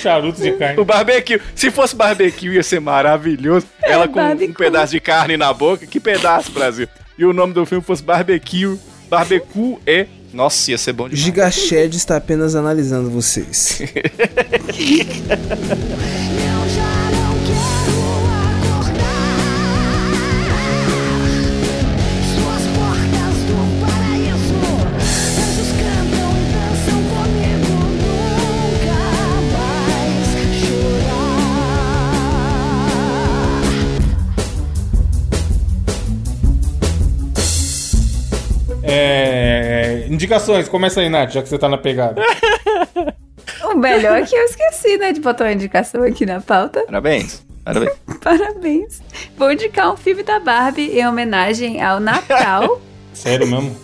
Speaker 1: Charuto de carne.
Speaker 2: O barbecue. Se fosse barbecue, ia ser maravilhoso. Ela com um
Speaker 3: barbecue.
Speaker 2: pedaço de carne na boca. Que pedaço, Brasil. E o nome do filme fosse barbecue. Barbecue é... Nossa, ia ser bom demais.
Speaker 4: Giga Shed está apenas analisando vocês.
Speaker 7: Eu já não quero acordar. Suas portas do paraíso.
Speaker 1: É, Indicações, começa aí, Nath, já que você tá na pegada.
Speaker 3: O melhor é que eu esqueci, né, de botar uma indicação aqui na pauta.
Speaker 6: Parabéns. Parabéns.
Speaker 3: Parabéns. Vou indicar um filme da Barbie em homenagem ao Natal.
Speaker 1: Sério mesmo?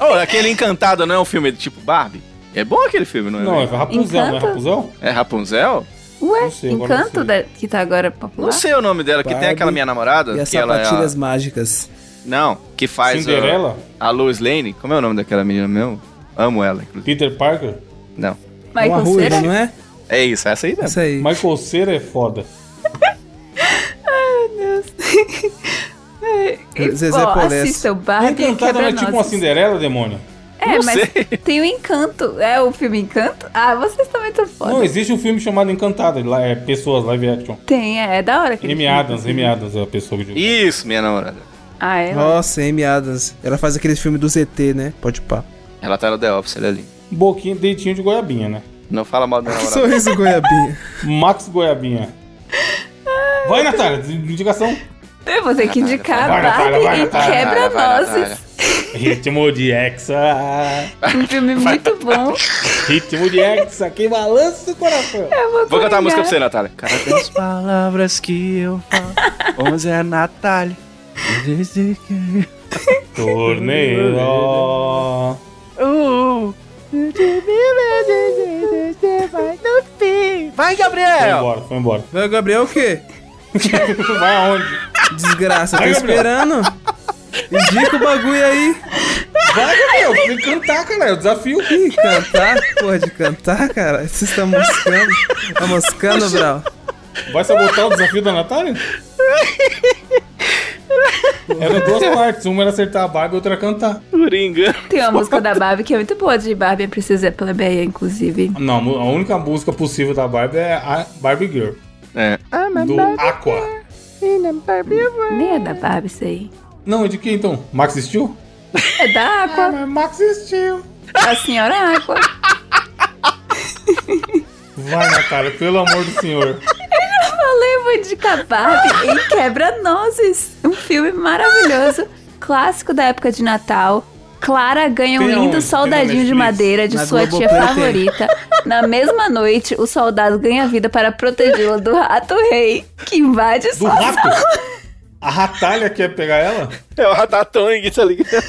Speaker 6: Ô, aquele Encantado não é um filme de tipo Barbie? É bom aquele filme, não é?
Speaker 1: Não, é
Speaker 6: velho?
Speaker 1: Rapunzel, não é
Speaker 3: Encanto?
Speaker 1: Rapunzel?
Speaker 6: É Rapunzel?
Speaker 3: Ué,
Speaker 1: Não sei, agora não
Speaker 3: Encanto, da- que tá agora popular.
Speaker 6: Não sei o nome dela, que tem
Speaker 4: Barbie
Speaker 6: aquela minha namorada.
Speaker 4: E as
Speaker 6: que ela é a...
Speaker 4: sapatilhas mágicas.
Speaker 6: Não, que faz ó,
Speaker 1: Cinderela?
Speaker 6: a Lois Lane. Como é o nome daquela menina mesmo? Amo ela, inclusive.
Speaker 1: Peter Parker?
Speaker 6: Não.
Speaker 4: Uma
Speaker 3: Michael
Speaker 4: ruiva,
Speaker 3: Cera?
Speaker 4: não é?
Speaker 6: É isso, essa aí mesmo.
Speaker 4: Isso aí.
Speaker 1: Michael Cera é foda.
Speaker 4: Zezé
Speaker 3: Bom,
Speaker 4: Polesso.
Speaker 3: assistam
Speaker 1: O
Speaker 3: Barbie e
Speaker 1: Encantado não é tipo uma
Speaker 3: Quebra-Nozes.
Speaker 1: Cinderela, demônio?
Speaker 3: É,
Speaker 6: Não
Speaker 3: mas
Speaker 6: sei.
Speaker 3: tem o Encanto. É o filme Encanto? Ah, vocês também estão foda.
Speaker 1: Não, existe um filme chamado Encantado, lá é pessoas, live action.
Speaker 3: Tem, é, é da hora. aquele
Speaker 1: Amy
Speaker 3: filme.
Speaker 1: Adams, Amy Adams é a pessoa que diz.
Speaker 6: Isso, minha namorada.
Speaker 3: Ah, é?
Speaker 4: Nossa, Amy Adams. Ela faz aquele filme do ZT, né? Pode pá.
Speaker 6: Ela tá no The Office, ela é ali.
Speaker 1: Boquinha, deitinho de goiabinha, né?
Speaker 6: Não fala mal da
Speaker 2: tá
Speaker 6: minha namorada.
Speaker 4: Sorriso goiabinha.
Speaker 1: Max Goiabinha. Vai, Natália, indicação.
Speaker 3: Eu vou ter que indicar
Speaker 1: Vai, Natália, vai,
Speaker 3: Barbie e
Speaker 1: Natália,
Speaker 6: vai,
Speaker 3: Quebra-Nozes.
Speaker 6: Natália.
Speaker 1: Ritmo de Hexa.
Speaker 3: Um filme muito bom.
Speaker 1: Ritmo de Hexa, que balança o coração.
Speaker 3: Eu vou,
Speaker 6: Vou cantar a música pra
Speaker 3: coringar.
Speaker 6: você, Natália. Cara,
Speaker 2: As palavras que eu falo, 11 é Natália. Desde que-
Speaker 1: Torneiro.
Speaker 2: Uh,
Speaker 6: Vai,
Speaker 1: Foi
Speaker 6: Gabriel!
Speaker 1: embora, foi embora.
Speaker 4: Vai, Gabriel, o quê?
Speaker 1: Vai aonde?
Speaker 4: Desgraça, tô
Speaker 1: Vai, Gabriel.
Speaker 4: esperando. Indica o bagulho aí.
Speaker 1: Vai, Gabriel, tem que cantar, cara, é o desafio.
Speaker 4: Ih, cantar? Porra de cantar, cara? Vocês estão moscando? Tá moscando, Brau?
Speaker 1: Vai sabotar o desafio da Natália? Eram duas partes, uma era acertar a barba e outra era cantar.
Speaker 6: Coringa.
Speaker 3: Tem uma música da Barbie que é muito boa, de Barbie é Princesa Plebeia, inclusive.
Speaker 1: Não, a única música possível da Barbie é a Barbie Girl,
Speaker 6: É.
Speaker 1: do Aqua.
Speaker 3: Nem é da Barbie isso aí.
Speaker 1: Não, é de quem então? Max Steel?
Speaker 3: É da Aqua,
Speaker 1: Max Steel.
Speaker 3: da senhora é Aqua.
Speaker 1: Vai, Natália, pelo amor do senhor.
Speaker 3: Falei, vou indicar Barbie em Quebra-Nozes. Um filme maravilhoso, clássico da época de Natal. Clara ganha um
Speaker 1: Tem
Speaker 3: lindo
Speaker 1: aonde? Tem
Speaker 3: soldadinho
Speaker 1: na
Speaker 3: de
Speaker 1: Netflix?
Speaker 3: madeira de
Speaker 4: Na
Speaker 3: sua tia
Speaker 4: Globoplay tem.
Speaker 3: favorita. Na mesma noite, o soldado ganha vida para protegê-la do rato rei que invade
Speaker 1: Do
Speaker 3: sua
Speaker 1: rato? A ratalha quer pegar ela?
Speaker 6: É o Ratatouille, tá ligado?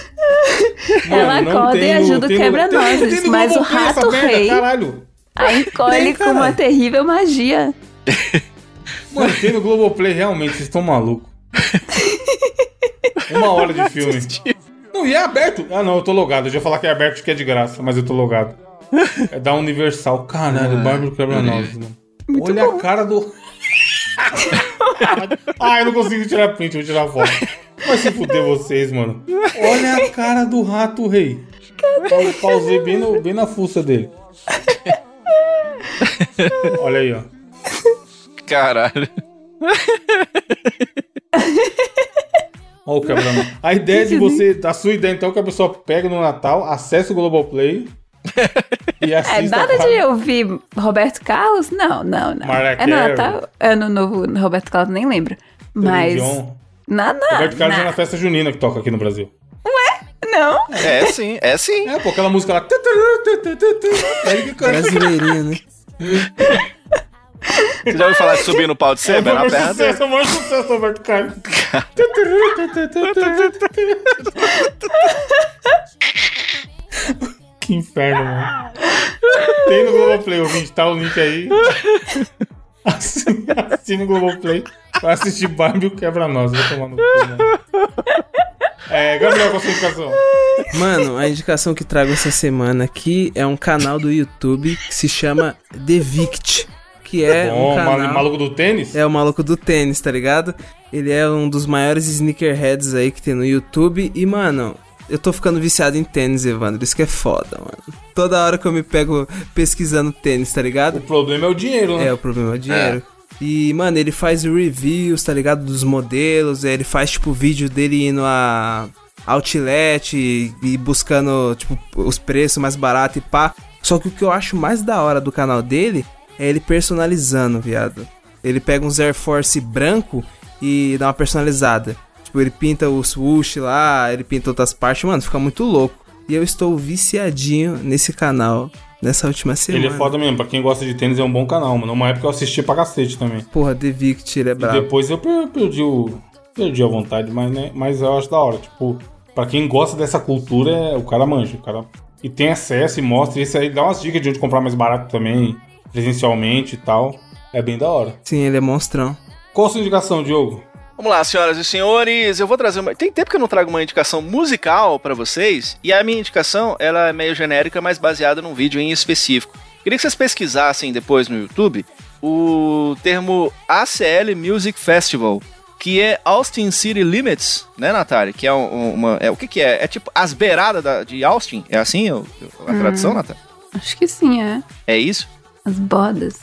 Speaker 3: Ela
Speaker 1: não
Speaker 3: acorda e
Speaker 1: tem
Speaker 3: ajuda o
Speaker 1: tem
Speaker 3: quebra-nozes,
Speaker 1: tem- tem no
Speaker 3: mas o
Speaker 1: Globoplay essa
Speaker 3: rato
Speaker 1: merda,
Speaker 3: rei-
Speaker 1: Caralho.
Speaker 3: A encolhe
Speaker 4: Tem,
Speaker 3: com uma
Speaker 4: caralho.
Speaker 3: terrível magia.
Speaker 1: Mano, tem no Globoplay, realmente, vocês estão malucos. Uma hora de filme. Não, e é aberto. Ah, não, eu tô logado. Eu já ia falar que é aberto porque é de graça, mas eu tô logado. É da Universal. Caralho, Bárbaro quebra nozes mano. Olha a cara do. ah, eu não consigo tirar print, eu vou tirar foto. Mas se fuder vocês, mano. Olha a cara do rato rei. Eu pausei bem, no- bem na fuça dele. Olha aí, ó.
Speaker 6: Caralho.
Speaker 1: Olha o quebrando. A ideia de você. A sua ideia então é que a pessoa pega no Natal, acessa o Globoplay e
Speaker 3: É
Speaker 1: assista.
Speaker 3: nada de
Speaker 1: a-
Speaker 3: eu ouvir Roberto Carlos? Não, não, não.
Speaker 1: Mariah
Speaker 3: É no
Speaker 1: Carey.
Speaker 3: Natal? É no novo Roberto Carlos, nem lembro. Mas.
Speaker 1: John.
Speaker 3: Nada.
Speaker 1: Roberto Carlos é na festa junina que toca aqui no Brasil.
Speaker 3: Não.
Speaker 6: É sim, é sim.
Speaker 1: É, pô, aquela música lá. tu, tu, tu, tu, tu, tu. É ele que canta.
Speaker 4: Brasileirinho, né?
Speaker 6: Você já ouviu falar de subir no pau de
Speaker 1: É
Speaker 2: Tá
Speaker 6: seba?
Speaker 1: o
Speaker 6: Na
Speaker 1: maior
Speaker 6: perna dele.
Speaker 1: sucesso, é o maior sucesso, Roberto Carlos. Que inferno, mano. Tem no Globoplay, ouvinte, tá o link aí. Assine, assine o Globoplay pra assistir Barbie e o Quebra-Nós. Vou tomar no cu, mano. É, Gabriel, qual a sua indicação?
Speaker 4: Mano, a indicação que trago essa semana aqui é um canal do YouTube que se chama The Vict, que é
Speaker 1: Bom,
Speaker 4: um
Speaker 1: mal-
Speaker 4: canal...
Speaker 1: maluco do tênis?
Speaker 4: É o maluco do tênis, tá ligado? Ele é um dos maiores sneakerheads aí que tem no YouTube. E, mano, eu tô ficando viciado em tênis, Evandro. Isso que é foda, mano. Toda hora que eu me pego pesquisando tênis, tá ligado?
Speaker 1: O problema é o dinheiro, né?
Speaker 4: É, o problema é o dinheiro. E, mano, ele faz reviews, tá ligado? Dos modelos. Ele faz, tipo, vídeo dele indo a outlet e, e buscando, tipo, os preços mais baratos e pá. Só que o que eu acho mais da hora do canal dele é ele personalizando, viado. Ele pega um Air Force branco e dá uma personalizada. Tipo, ele pinta o swoosh lá, ele pinta outras partes. Mano, fica muito louco. E eu estou viciadinho nesse canal nessa última semana.
Speaker 1: Ele é foda mesmo, pra quem gosta de tênis é um bom canal, mano. Uma época eu assisti pra cacete também.
Speaker 4: Porra, The Vict, ele é
Speaker 1: E
Speaker 4: brabo.
Speaker 1: depois eu per- perdi o. Perdi a vontade, mas, né, mas eu acho da hora. Tipo, pra quem gosta dessa cultura, é- o cara manja. O cara... E tem acesso e mostra. Isso aí dá umas dicas de onde comprar mais barato também, presencialmente e tal. É bem da hora.
Speaker 4: Sim, ele é monstrão.
Speaker 1: Qual a sua indicação, Diogo?
Speaker 2: Vamos lá, senhoras e senhores, eu vou trazer uma... Tem tempo que eu não trago uma indicação musical pra vocês, e a minha indicação, ela é meio genérica, mas baseada num vídeo em específico. Queria que vocês pesquisassem depois no YouTube o termo ACL Music Festival, que é Austin City Limits, né, Natália? Que é um- uma... É, o que que é? É tipo as beiradas da- de Austin? É assim eu- eu- a tradução, Natália?
Speaker 3: Acho que sim, é.
Speaker 2: É isso?
Speaker 3: As bordas.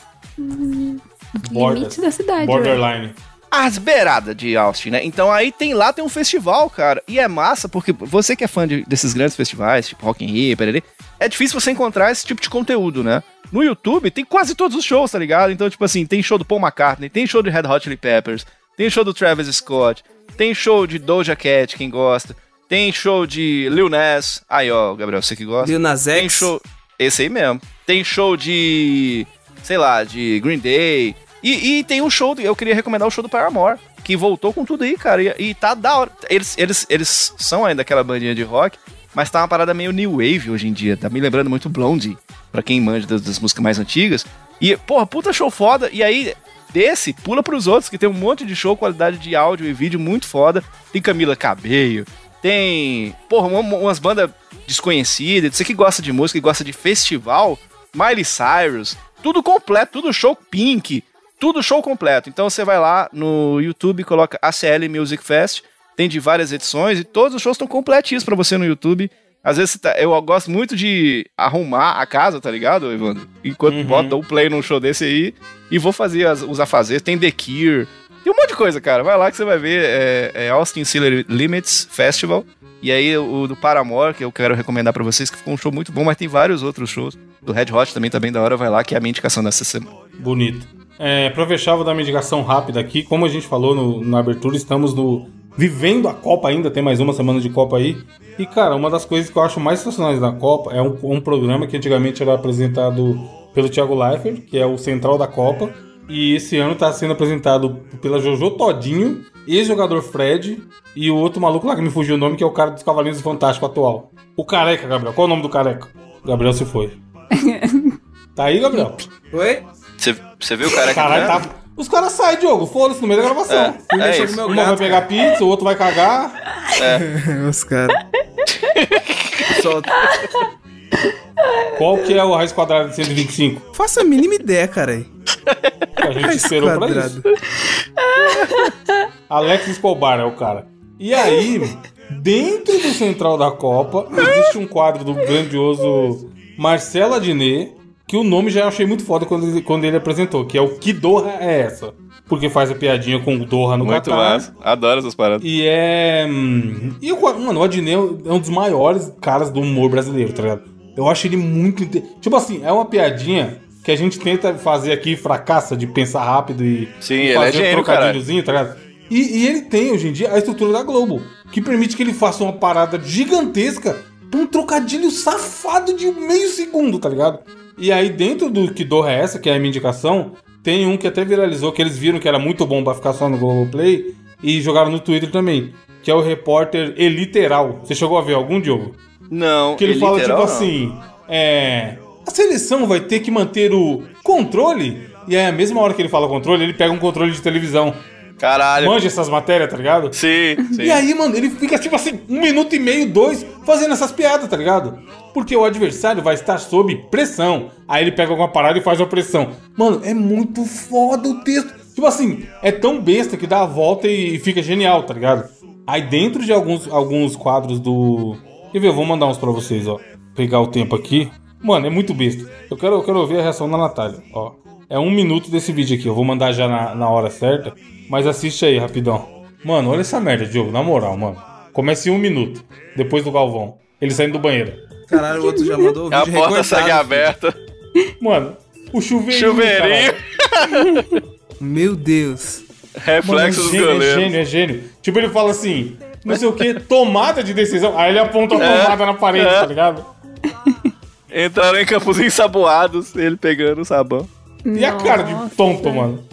Speaker 1: Bordas.
Speaker 3: Limite da cidade. né? velho.
Speaker 1: Borderline.
Speaker 2: as beiradas de Austin, né? Então aí tem lá tem um festival, cara. E é massa, porque você que é fã de- desses grandes festivais, tipo Rock in Rio, perere, é difícil você encontrar esse tipo de conteúdo, né? No YouTube tem quase todos os shows, tá ligado? Então, tipo assim, tem show do Paul McCartney, tem show de Red Hot Chili Peppers, tem show do Travis Scott, tem show de Doja Cat, quem gosta, tem show de Lil Nas, aí ó, Gabriel, você que gosta.
Speaker 4: Lil Nas
Speaker 2: Tem
Speaker 4: X,
Speaker 2: show. Esse aí mesmo. Tem show de. Sei lá, de Green Day. E, e tem um show. Eu queria recomendar o show do Paramore. Que voltou com tudo aí, cara. E, e tá da hora. Eles, eles, eles são ainda aquela bandinha de rock. Mas tá uma parada meio new wave hoje em dia. Tá me lembrando muito Blondie. Pra quem manja das, das músicas mais antigas. E, porra, puta show foda. E aí, desse, pula pros outros. Que tem um monte de show, qualidade de áudio e vídeo muito foda. Tem Camila Cabello. Tem, porra, uma- umas bandas desconhecida, você que gosta de música e gosta de festival, Miley Cyrus, tudo completo, tudo show Pink, tudo show completo. Então você vai lá no YouTube, coloca ACL Music Fest, tem de várias edições e todos os shows estão completinhos pra você no YouTube. Às vezes você tá- eu gosto muito de arrumar a casa, tá ligado, Evandro? Enquanto
Speaker 1: Uhum.
Speaker 2: bota o play num show desse aí e vou fazer as- os afazeres. Tem The Cure, tem um monte de coisa, cara. Vai lá que você vai ver é, é Austin City Limits Festival. E aí o do Paramore, que eu quero recomendar pra vocês, que ficou um show muito bom, mas tem vários outros shows. Do Red Hot também tá bem da hora, vai lá, que é a minha indicação dessa semana.
Speaker 1: Bonito. É, pra fechar, vou dar uma indicação rápida aqui. Como a gente falou no- na abertura, estamos no vivendo a Copa ainda, tem mais uma semana de Copa aí. E, cara, uma das coisas que eu acho mais sensacionais da Copa é um, um programa que antigamente era apresentado pelo Thiago Leifert, que é o Central da Copa. E esse ano tá sendo apresentado pela Jojo Todinho, ex-jogador Fred, e o outro maluco lá que me fugiu o nome, que é o cara dos Cavalinhos do Fantástico atual. O Careca, Gabriel. Qual é o nome do Careca? Gabriel se foi. tá aí, Gabriel?
Speaker 4: Oi?
Speaker 2: Você viu o cara
Speaker 1: Caralho, tá. Os caras saem, Diogo, foda-se no meio da gravação.
Speaker 2: É,
Speaker 1: Um
Speaker 2: é
Speaker 1: deixa-
Speaker 2: isso.
Speaker 1: Uma vai pegar pizza, o outro vai cagar.
Speaker 4: Os caras. Solta.
Speaker 1: Qual que é o raiz quadrada de 125?
Speaker 4: Faça a mínima ideia, cara. aí.
Speaker 1: Que a gente
Speaker 4: Raiz
Speaker 1: esperou pra
Speaker 4: quadrada.
Speaker 1: isso. Alex Escobar é o cara. E aí, dentro do Central da Copa, existe um quadro do grandioso Marcelo Adnet, que o nome já achei muito foda quando ele, quando ele apresentou, que é o Que Dorra é essa? Porque faz a piadinha com o Dorra no
Speaker 6: Muito
Speaker 1: Catar.
Speaker 6: massa.
Speaker 1: tá.
Speaker 6: Adoro essas paradas.
Speaker 1: E é. hum, E o, mano, o Adnei é um dos maiores caras do humor brasileiro, tá ligado? Eu acho ele muito. inte- Tipo assim, é uma piadinha que a gente tenta fazer aqui fracassa de pensar rápido e.
Speaker 6: Sim,
Speaker 1: e
Speaker 6: ele é
Speaker 1: fazer um
Speaker 6: gênio,
Speaker 1: trocadilhozinho, tá ligado? E, e ele tem hoje em dia a estrutura da Globo, que permite que ele faça uma parada gigantesca pra um trocadilho safado de meio segundo, tá ligado? E aí, dentro do que Dorra é essa, que é a minha indicação, tem um que até viralizou, que eles viram que era muito bom pra ficar só no Globoplay e jogaram no Twitter também, que é o repórter Eliteral. Você chegou a ver algum, Diogo?
Speaker 2: Não,
Speaker 1: Que ele
Speaker 2: é
Speaker 1: fala
Speaker 2: literal,
Speaker 1: tipo
Speaker 2: não.
Speaker 1: assim: é. A seleção vai ter que manter o controle? E aí, a mesma hora que ele fala controle, ele pega um controle de televisão.
Speaker 2: Caralho.
Speaker 1: Manja essas matérias, tá ligado?
Speaker 6: Sim, sim.
Speaker 1: E aí, mano, ele fica tipo assim, um minuto e meio, dois, fazendo essas piadas, tá ligado? Porque o adversário vai estar sob pressão. Aí ele pega alguma parada e faz uma pressão. Mano, é muito foda o texto. Tipo assim, é tão besta que dá a volta e fica genial, tá ligado? Aí dentro de alguns, alguns quadros do. Quer ver? Eu vou mandar uns pra vocês, ó. Pegar o tempo aqui. Mano, é muito besta. Eu quero, eu quero ouvir a reação da Natália, ó. É um minuto desse vídeo aqui. Eu vou mandar já na, na hora certa. Mas assiste aí, rapidão. Mano, olha essa merda, Diogo, na moral, mano. Começa em um minuto, depois do Galvão. Ele saindo do banheiro.
Speaker 4: Caralho, o outro já mandou o
Speaker 6: A
Speaker 4: vídeo
Speaker 6: porta segue
Speaker 4: recortado.
Speaker 6: aberta.
Speaker 1: Mano, o chuveirinho.
Speaker 6: Chuveirinho.
Speaker 1: caralho.
Speaker 4: Meu Deus.
Speaker 1: Mano, é
Speaker 6: Reflexo dos
Speaker 1: gênio, é
Speaker 6: goleiros.
Speaker 1: gênio, é gênio. Tipo, ele fala assim: não sei o quê, tomada de decisão. Aí ele aponta a tomada na parede, tá ligado?
Speaker 6: Entraram em campos ensaboados, ele pegando o sabão.
Speaker 1: E a cara de tonto, mano.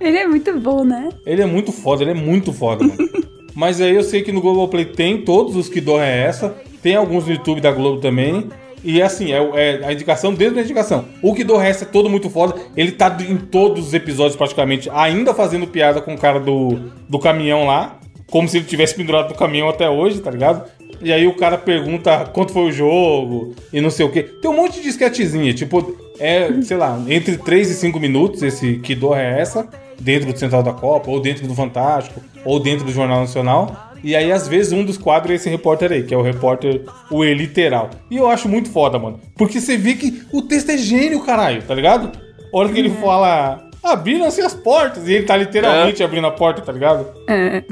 Speaker 3: Ele é muito bom, né?
Speaker 1: Ele é muito foda, ele é muito foda, mano. Mas aí eu sei que no Globoplay tem todos os que dor é essa. Tem alguns no YouTube da Globo também. E assim, é, o- é a indicação desde a indicação. O que dor é essa é todo muito foda. Ele tá em todos os episódios praticamente, ainda fazendo piada com o cara do, do caminhão lá. Como se ele tivesse pendurado no caminhão até hoje, tá ligado? E aí o cara pergunta quanto foi o jogo e não sei o quê. Tem um monte de esquetezinha, tipo, é, sei lá, entre 3 e 5 minutos esse que dor é essa, dentro do Central da Copa, ou dentro do Fantástico, ou dentro do Jornal Nacional. E aí, às vezes, um dos quadros é esse repórter aí, que é o repórter o E literal. E eu acho muito foda, mano. Porque você vê que o texto é gênio, caralho, tá ligado? A hora que ele fala, abriram-se as portas, e ele tá literalmente abrindo a porta, tá ligado?
Speaker 3: É.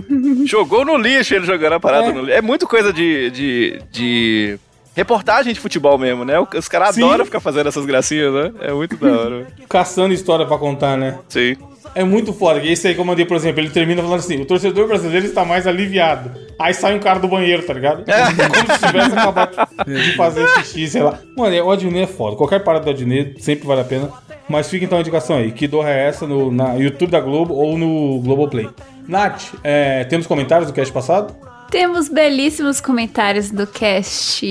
Speaker 6: Jogou no lixo ele jogando a parada
Speaker 1: É.
Speaker 6: no lixo. É muito coisa de, de, de reportagem de futebol mesmo, né? Os caras
Speaker 1: Sim.
Speaker 6: adoram ficar fazendo essas gracinhas, né? É muito da hora.
Speaker 1: Caçando história pra contar, né?
Speaker 6: Sim.
Speaker 1: É muito foda. E esse aí que eu mandei, por exemplo, ele termina falando assim: o torcedor brasileiro está mais aliviado. Aí sai um cara do banheiro, tá ligado? Como se tivesse acabado de fazer xixi, sei lá. Mano, é- o Adnet é foda. Qualquer parada do Adnet sempre vale a pena. Mas fica então a indicação aí: que dor é essa no na YouTube da Globo ou no Globoplay. Nath, é, temos comentários do cast passado?
Speaker 3: Temos belíssimos comentários do cast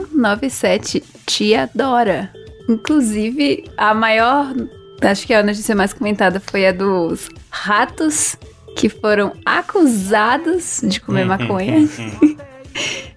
Speaker 3: 197 Tia Dora. Inclusive, a maior, acho que a notícia mais comentada foi a dos ratos que foram acusados de comer maconha.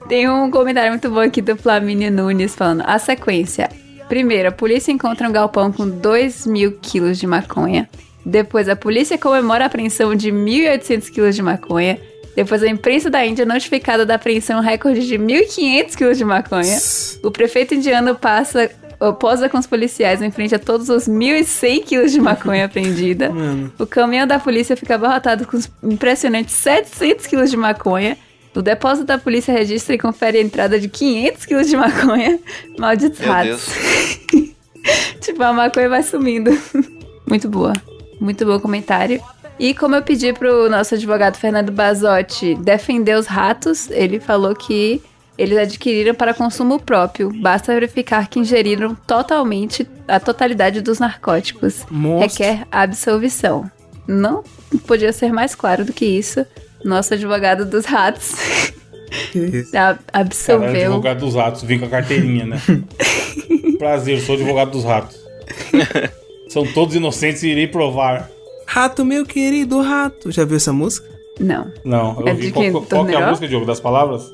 Speaker 3: Tem um comentário muito bom aqui do Flamínio Nunes falando a sequência. Primeiro, a polícia encontra um galpão com 2 mil quilos de maconha. Depois, a polícia comemora a apreensão de 1.800 quilos de maconha. Depois, a imprensa da Índia é notificada da apreensão recorde de 1.500 quilos de maconha. O prefeito indiano passa ó, posa com os policiais em frente a todos os 1.100 quilos de maconha apreendida. O caminhão da polícia fica abarrotado com os impressionantes 700 quilos de maconha. O depósito da polícia registra e confere a entrada de 500 quilos de maconha. Malditos
Speaker 6: Meu
Speaker 3: ratos. tipo, a maconha vai sumindo. Muito boa. Muito bom comentário. E como eu pedi pro nosso advogado Fernando Bazotti defender os ratos, ele falou que eles adquiriram para consumo próprio. Basta verificar que ingeriram totalmente a totalidade dos narcóticos. Requer absolvição. Não podia ser mais claro do que isso. Nosso advogado dos ratos a- Então,
Speaker 1: Cara, é
Speaker 3: absolveu.
Speaker 1: advogado dos ratos, vim com a carteirinha, né? Prazer, sou advogado dos ratos. São todos inocentes e irei provar.
Speaker 4: Rato, meu querido rato. Já viu essa música?
Speaker 3: Não.
Speaker 1: Não, eu
Speaker 3: É
Speaker 1: vi
Speaker 3: de
Speaker 1: qual,
Speaker 3: quem?
Speaker 1: qual- qual que é a
Speaker 3: Torneiro?
Speaker 1: música, Diogo, das palavras?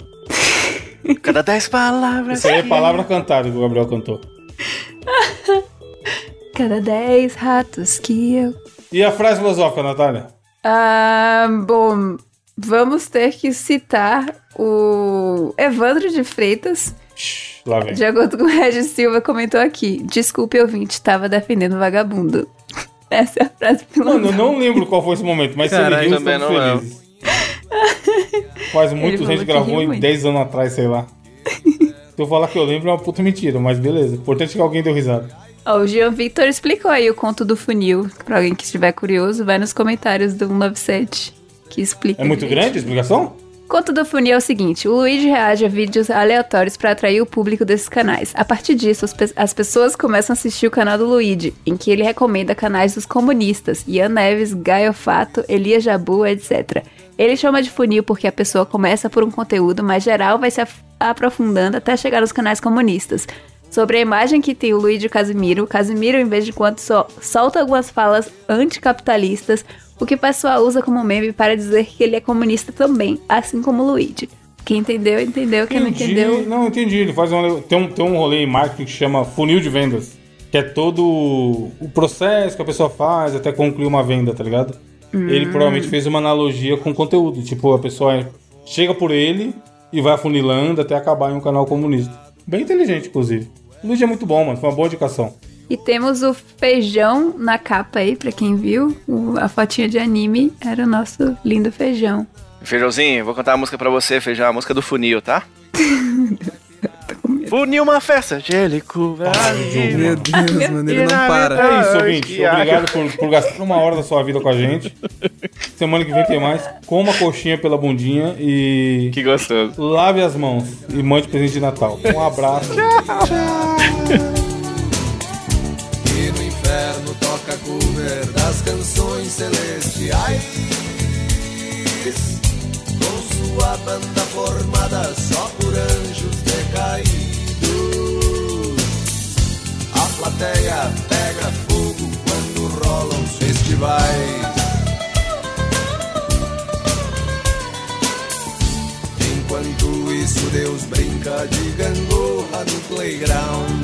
Speaker 6: Cada dez palavras.
Speaker 1: Isso aí é palavra cantada que o Gabriel cantou.
Speaker 3: Cada 10 ratos que eu
Speaker 1: E a frase filosófica, Natália?
Speaker 3: Ah, bom, vamos ter que citar o Evandro de Freitas,
Speaker 1: Shhh, Lá vem.
Speaker 3: de acordo com o Regis Silva, comentou aqui. Desculpe, ouvinte, estava defendendo o vagabundo. Essa é a frase
Speaker 1: Mano, eu
Speaker 3: filosófica.
Speaker 1: não lembro qual foi esse momento, mas se
Speaker 4: Caralho,
Speaker 1: ele riu,
Speaker 6: também
Speaker 1: estamos
Speaker 6: não
Speaker 1: felizes. Faz muito, a
Speaker 3: falou
Speaker 1: gente
Speaker 3: que
Speaker 1: gravou
Speaker 3: riu
Speaker 1: em
Speaker 3: muito.
Speaker 1: 10 anos atrás, sei lá. Se eu falar que eu lembro é uma puta mentira, mas beleza. Importante que alguém deu risada.
Speaker 3: Ó, o Jean Victor explicou aí o conto do funil. Pra alguém que estiver curioso, vai nos comentários do 197 que explica.
Speaker 1: É muito
Speaker 3: direito.
Speaker 1: grande a explicação?
Speaker 3: Conto do funil é o seguinte: o Luigi reage a vídeos aleatórios para atrair o público desses canais. A partir disso, as, pe- as pessoas começam a assistir o canal do Luigi, em que ele recomenda canais dos comunistas, Ian Neves, Gaio Fato, Elias Jabu, etc. Ele chama de funil porque a pessoa começa por um conteúdo mais geral, vai se af- aprofundando até chegar nos canais comunistas. Sobre a imagem que tem o Luigi Casimiro, Casimiro, em vez de quando só solta algumas falas anticapitalistas, o que o pessoal usa como meme para dizer que ele é comunista também, assim como o Luigi. Quem entendeu, entendeu. Quem não entendeu,
Speaker 1: Não, entendi. Ele faz um, tem, um, tem um rolê em marketing que chama funil de vendas. Que é todo o processo que a pessoa faz até concluir uma venda, tá ligado? Ele
Speaker 3: Hum.
Speaker 1: provavelmente fez uma analogia com o conteúdo. Tipo, a pessoa chega por ele e vai afunilando até acabar em um canal comunista. Bem inteligente, inclusive. O Luigi é muito bom, mano. Foi uma boa indicação.
Speaker 3: E temos o feijão na capa aí, pra quem viu. O- a fotinha de anime era o nosso lindo feijão.
Speaker 6: Feijãozinho, vou cantar a música pra você, Feijão, a música do funil, tá? funil uma festa, Angélico.
Speaker 1: Diogo,
Speaker 4: Meu
Speaker 1: mano.
Speaker 4: Deus, mano, ele não para.
Speaker 1: É isso,
Speaker 6: Ai,
Speaker 1: ouvinte.
Speaker 6: que ar.
Speaker 1: Obrigado por, por gastar uma hora da sua vida com a gente. Semana que vem tem mais. Coma coxinha pela bundinha e
Speaker 6: Que gostoso.
Speaker 1: lave as mãos e mande presente de Natal. Um abraço.
Speaker 8: E no inferno toca a cover das canções celestiais. Com sua banda formada só por anjos decaídos. A plateia pega fogo quando rolam os festivais. Enquanto isso, Deus brinca de gangorra no playground.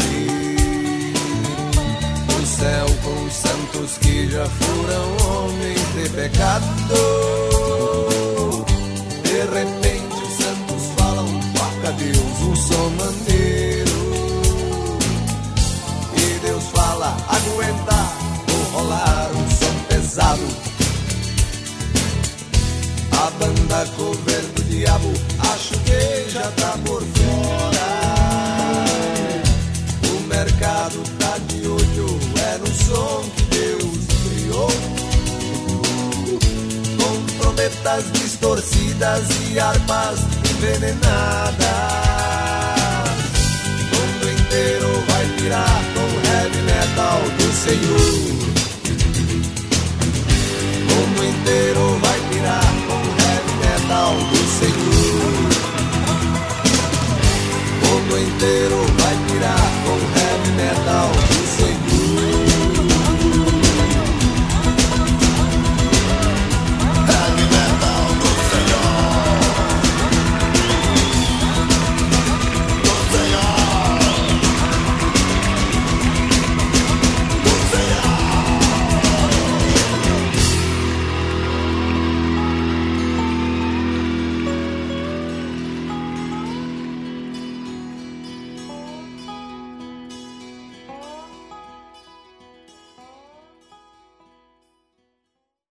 Speaker 8: O céu com os santos que já foram homens de pecado. De repente os santos falam, toca Deus um som maneiro. E Deus fala, aguenta, vou rolar um som pesado. A banda cover do diabo, acho que já tá por fora. O mercado tá de olho, era o som que Deus criou. Com trombetas distorcidas e armas envenenadas. O mundo inteiro vai virar com heavy metal do Senhor. O mundo inteiro vai virar com heavy metal do Senhor. O mundo inteiro vai virar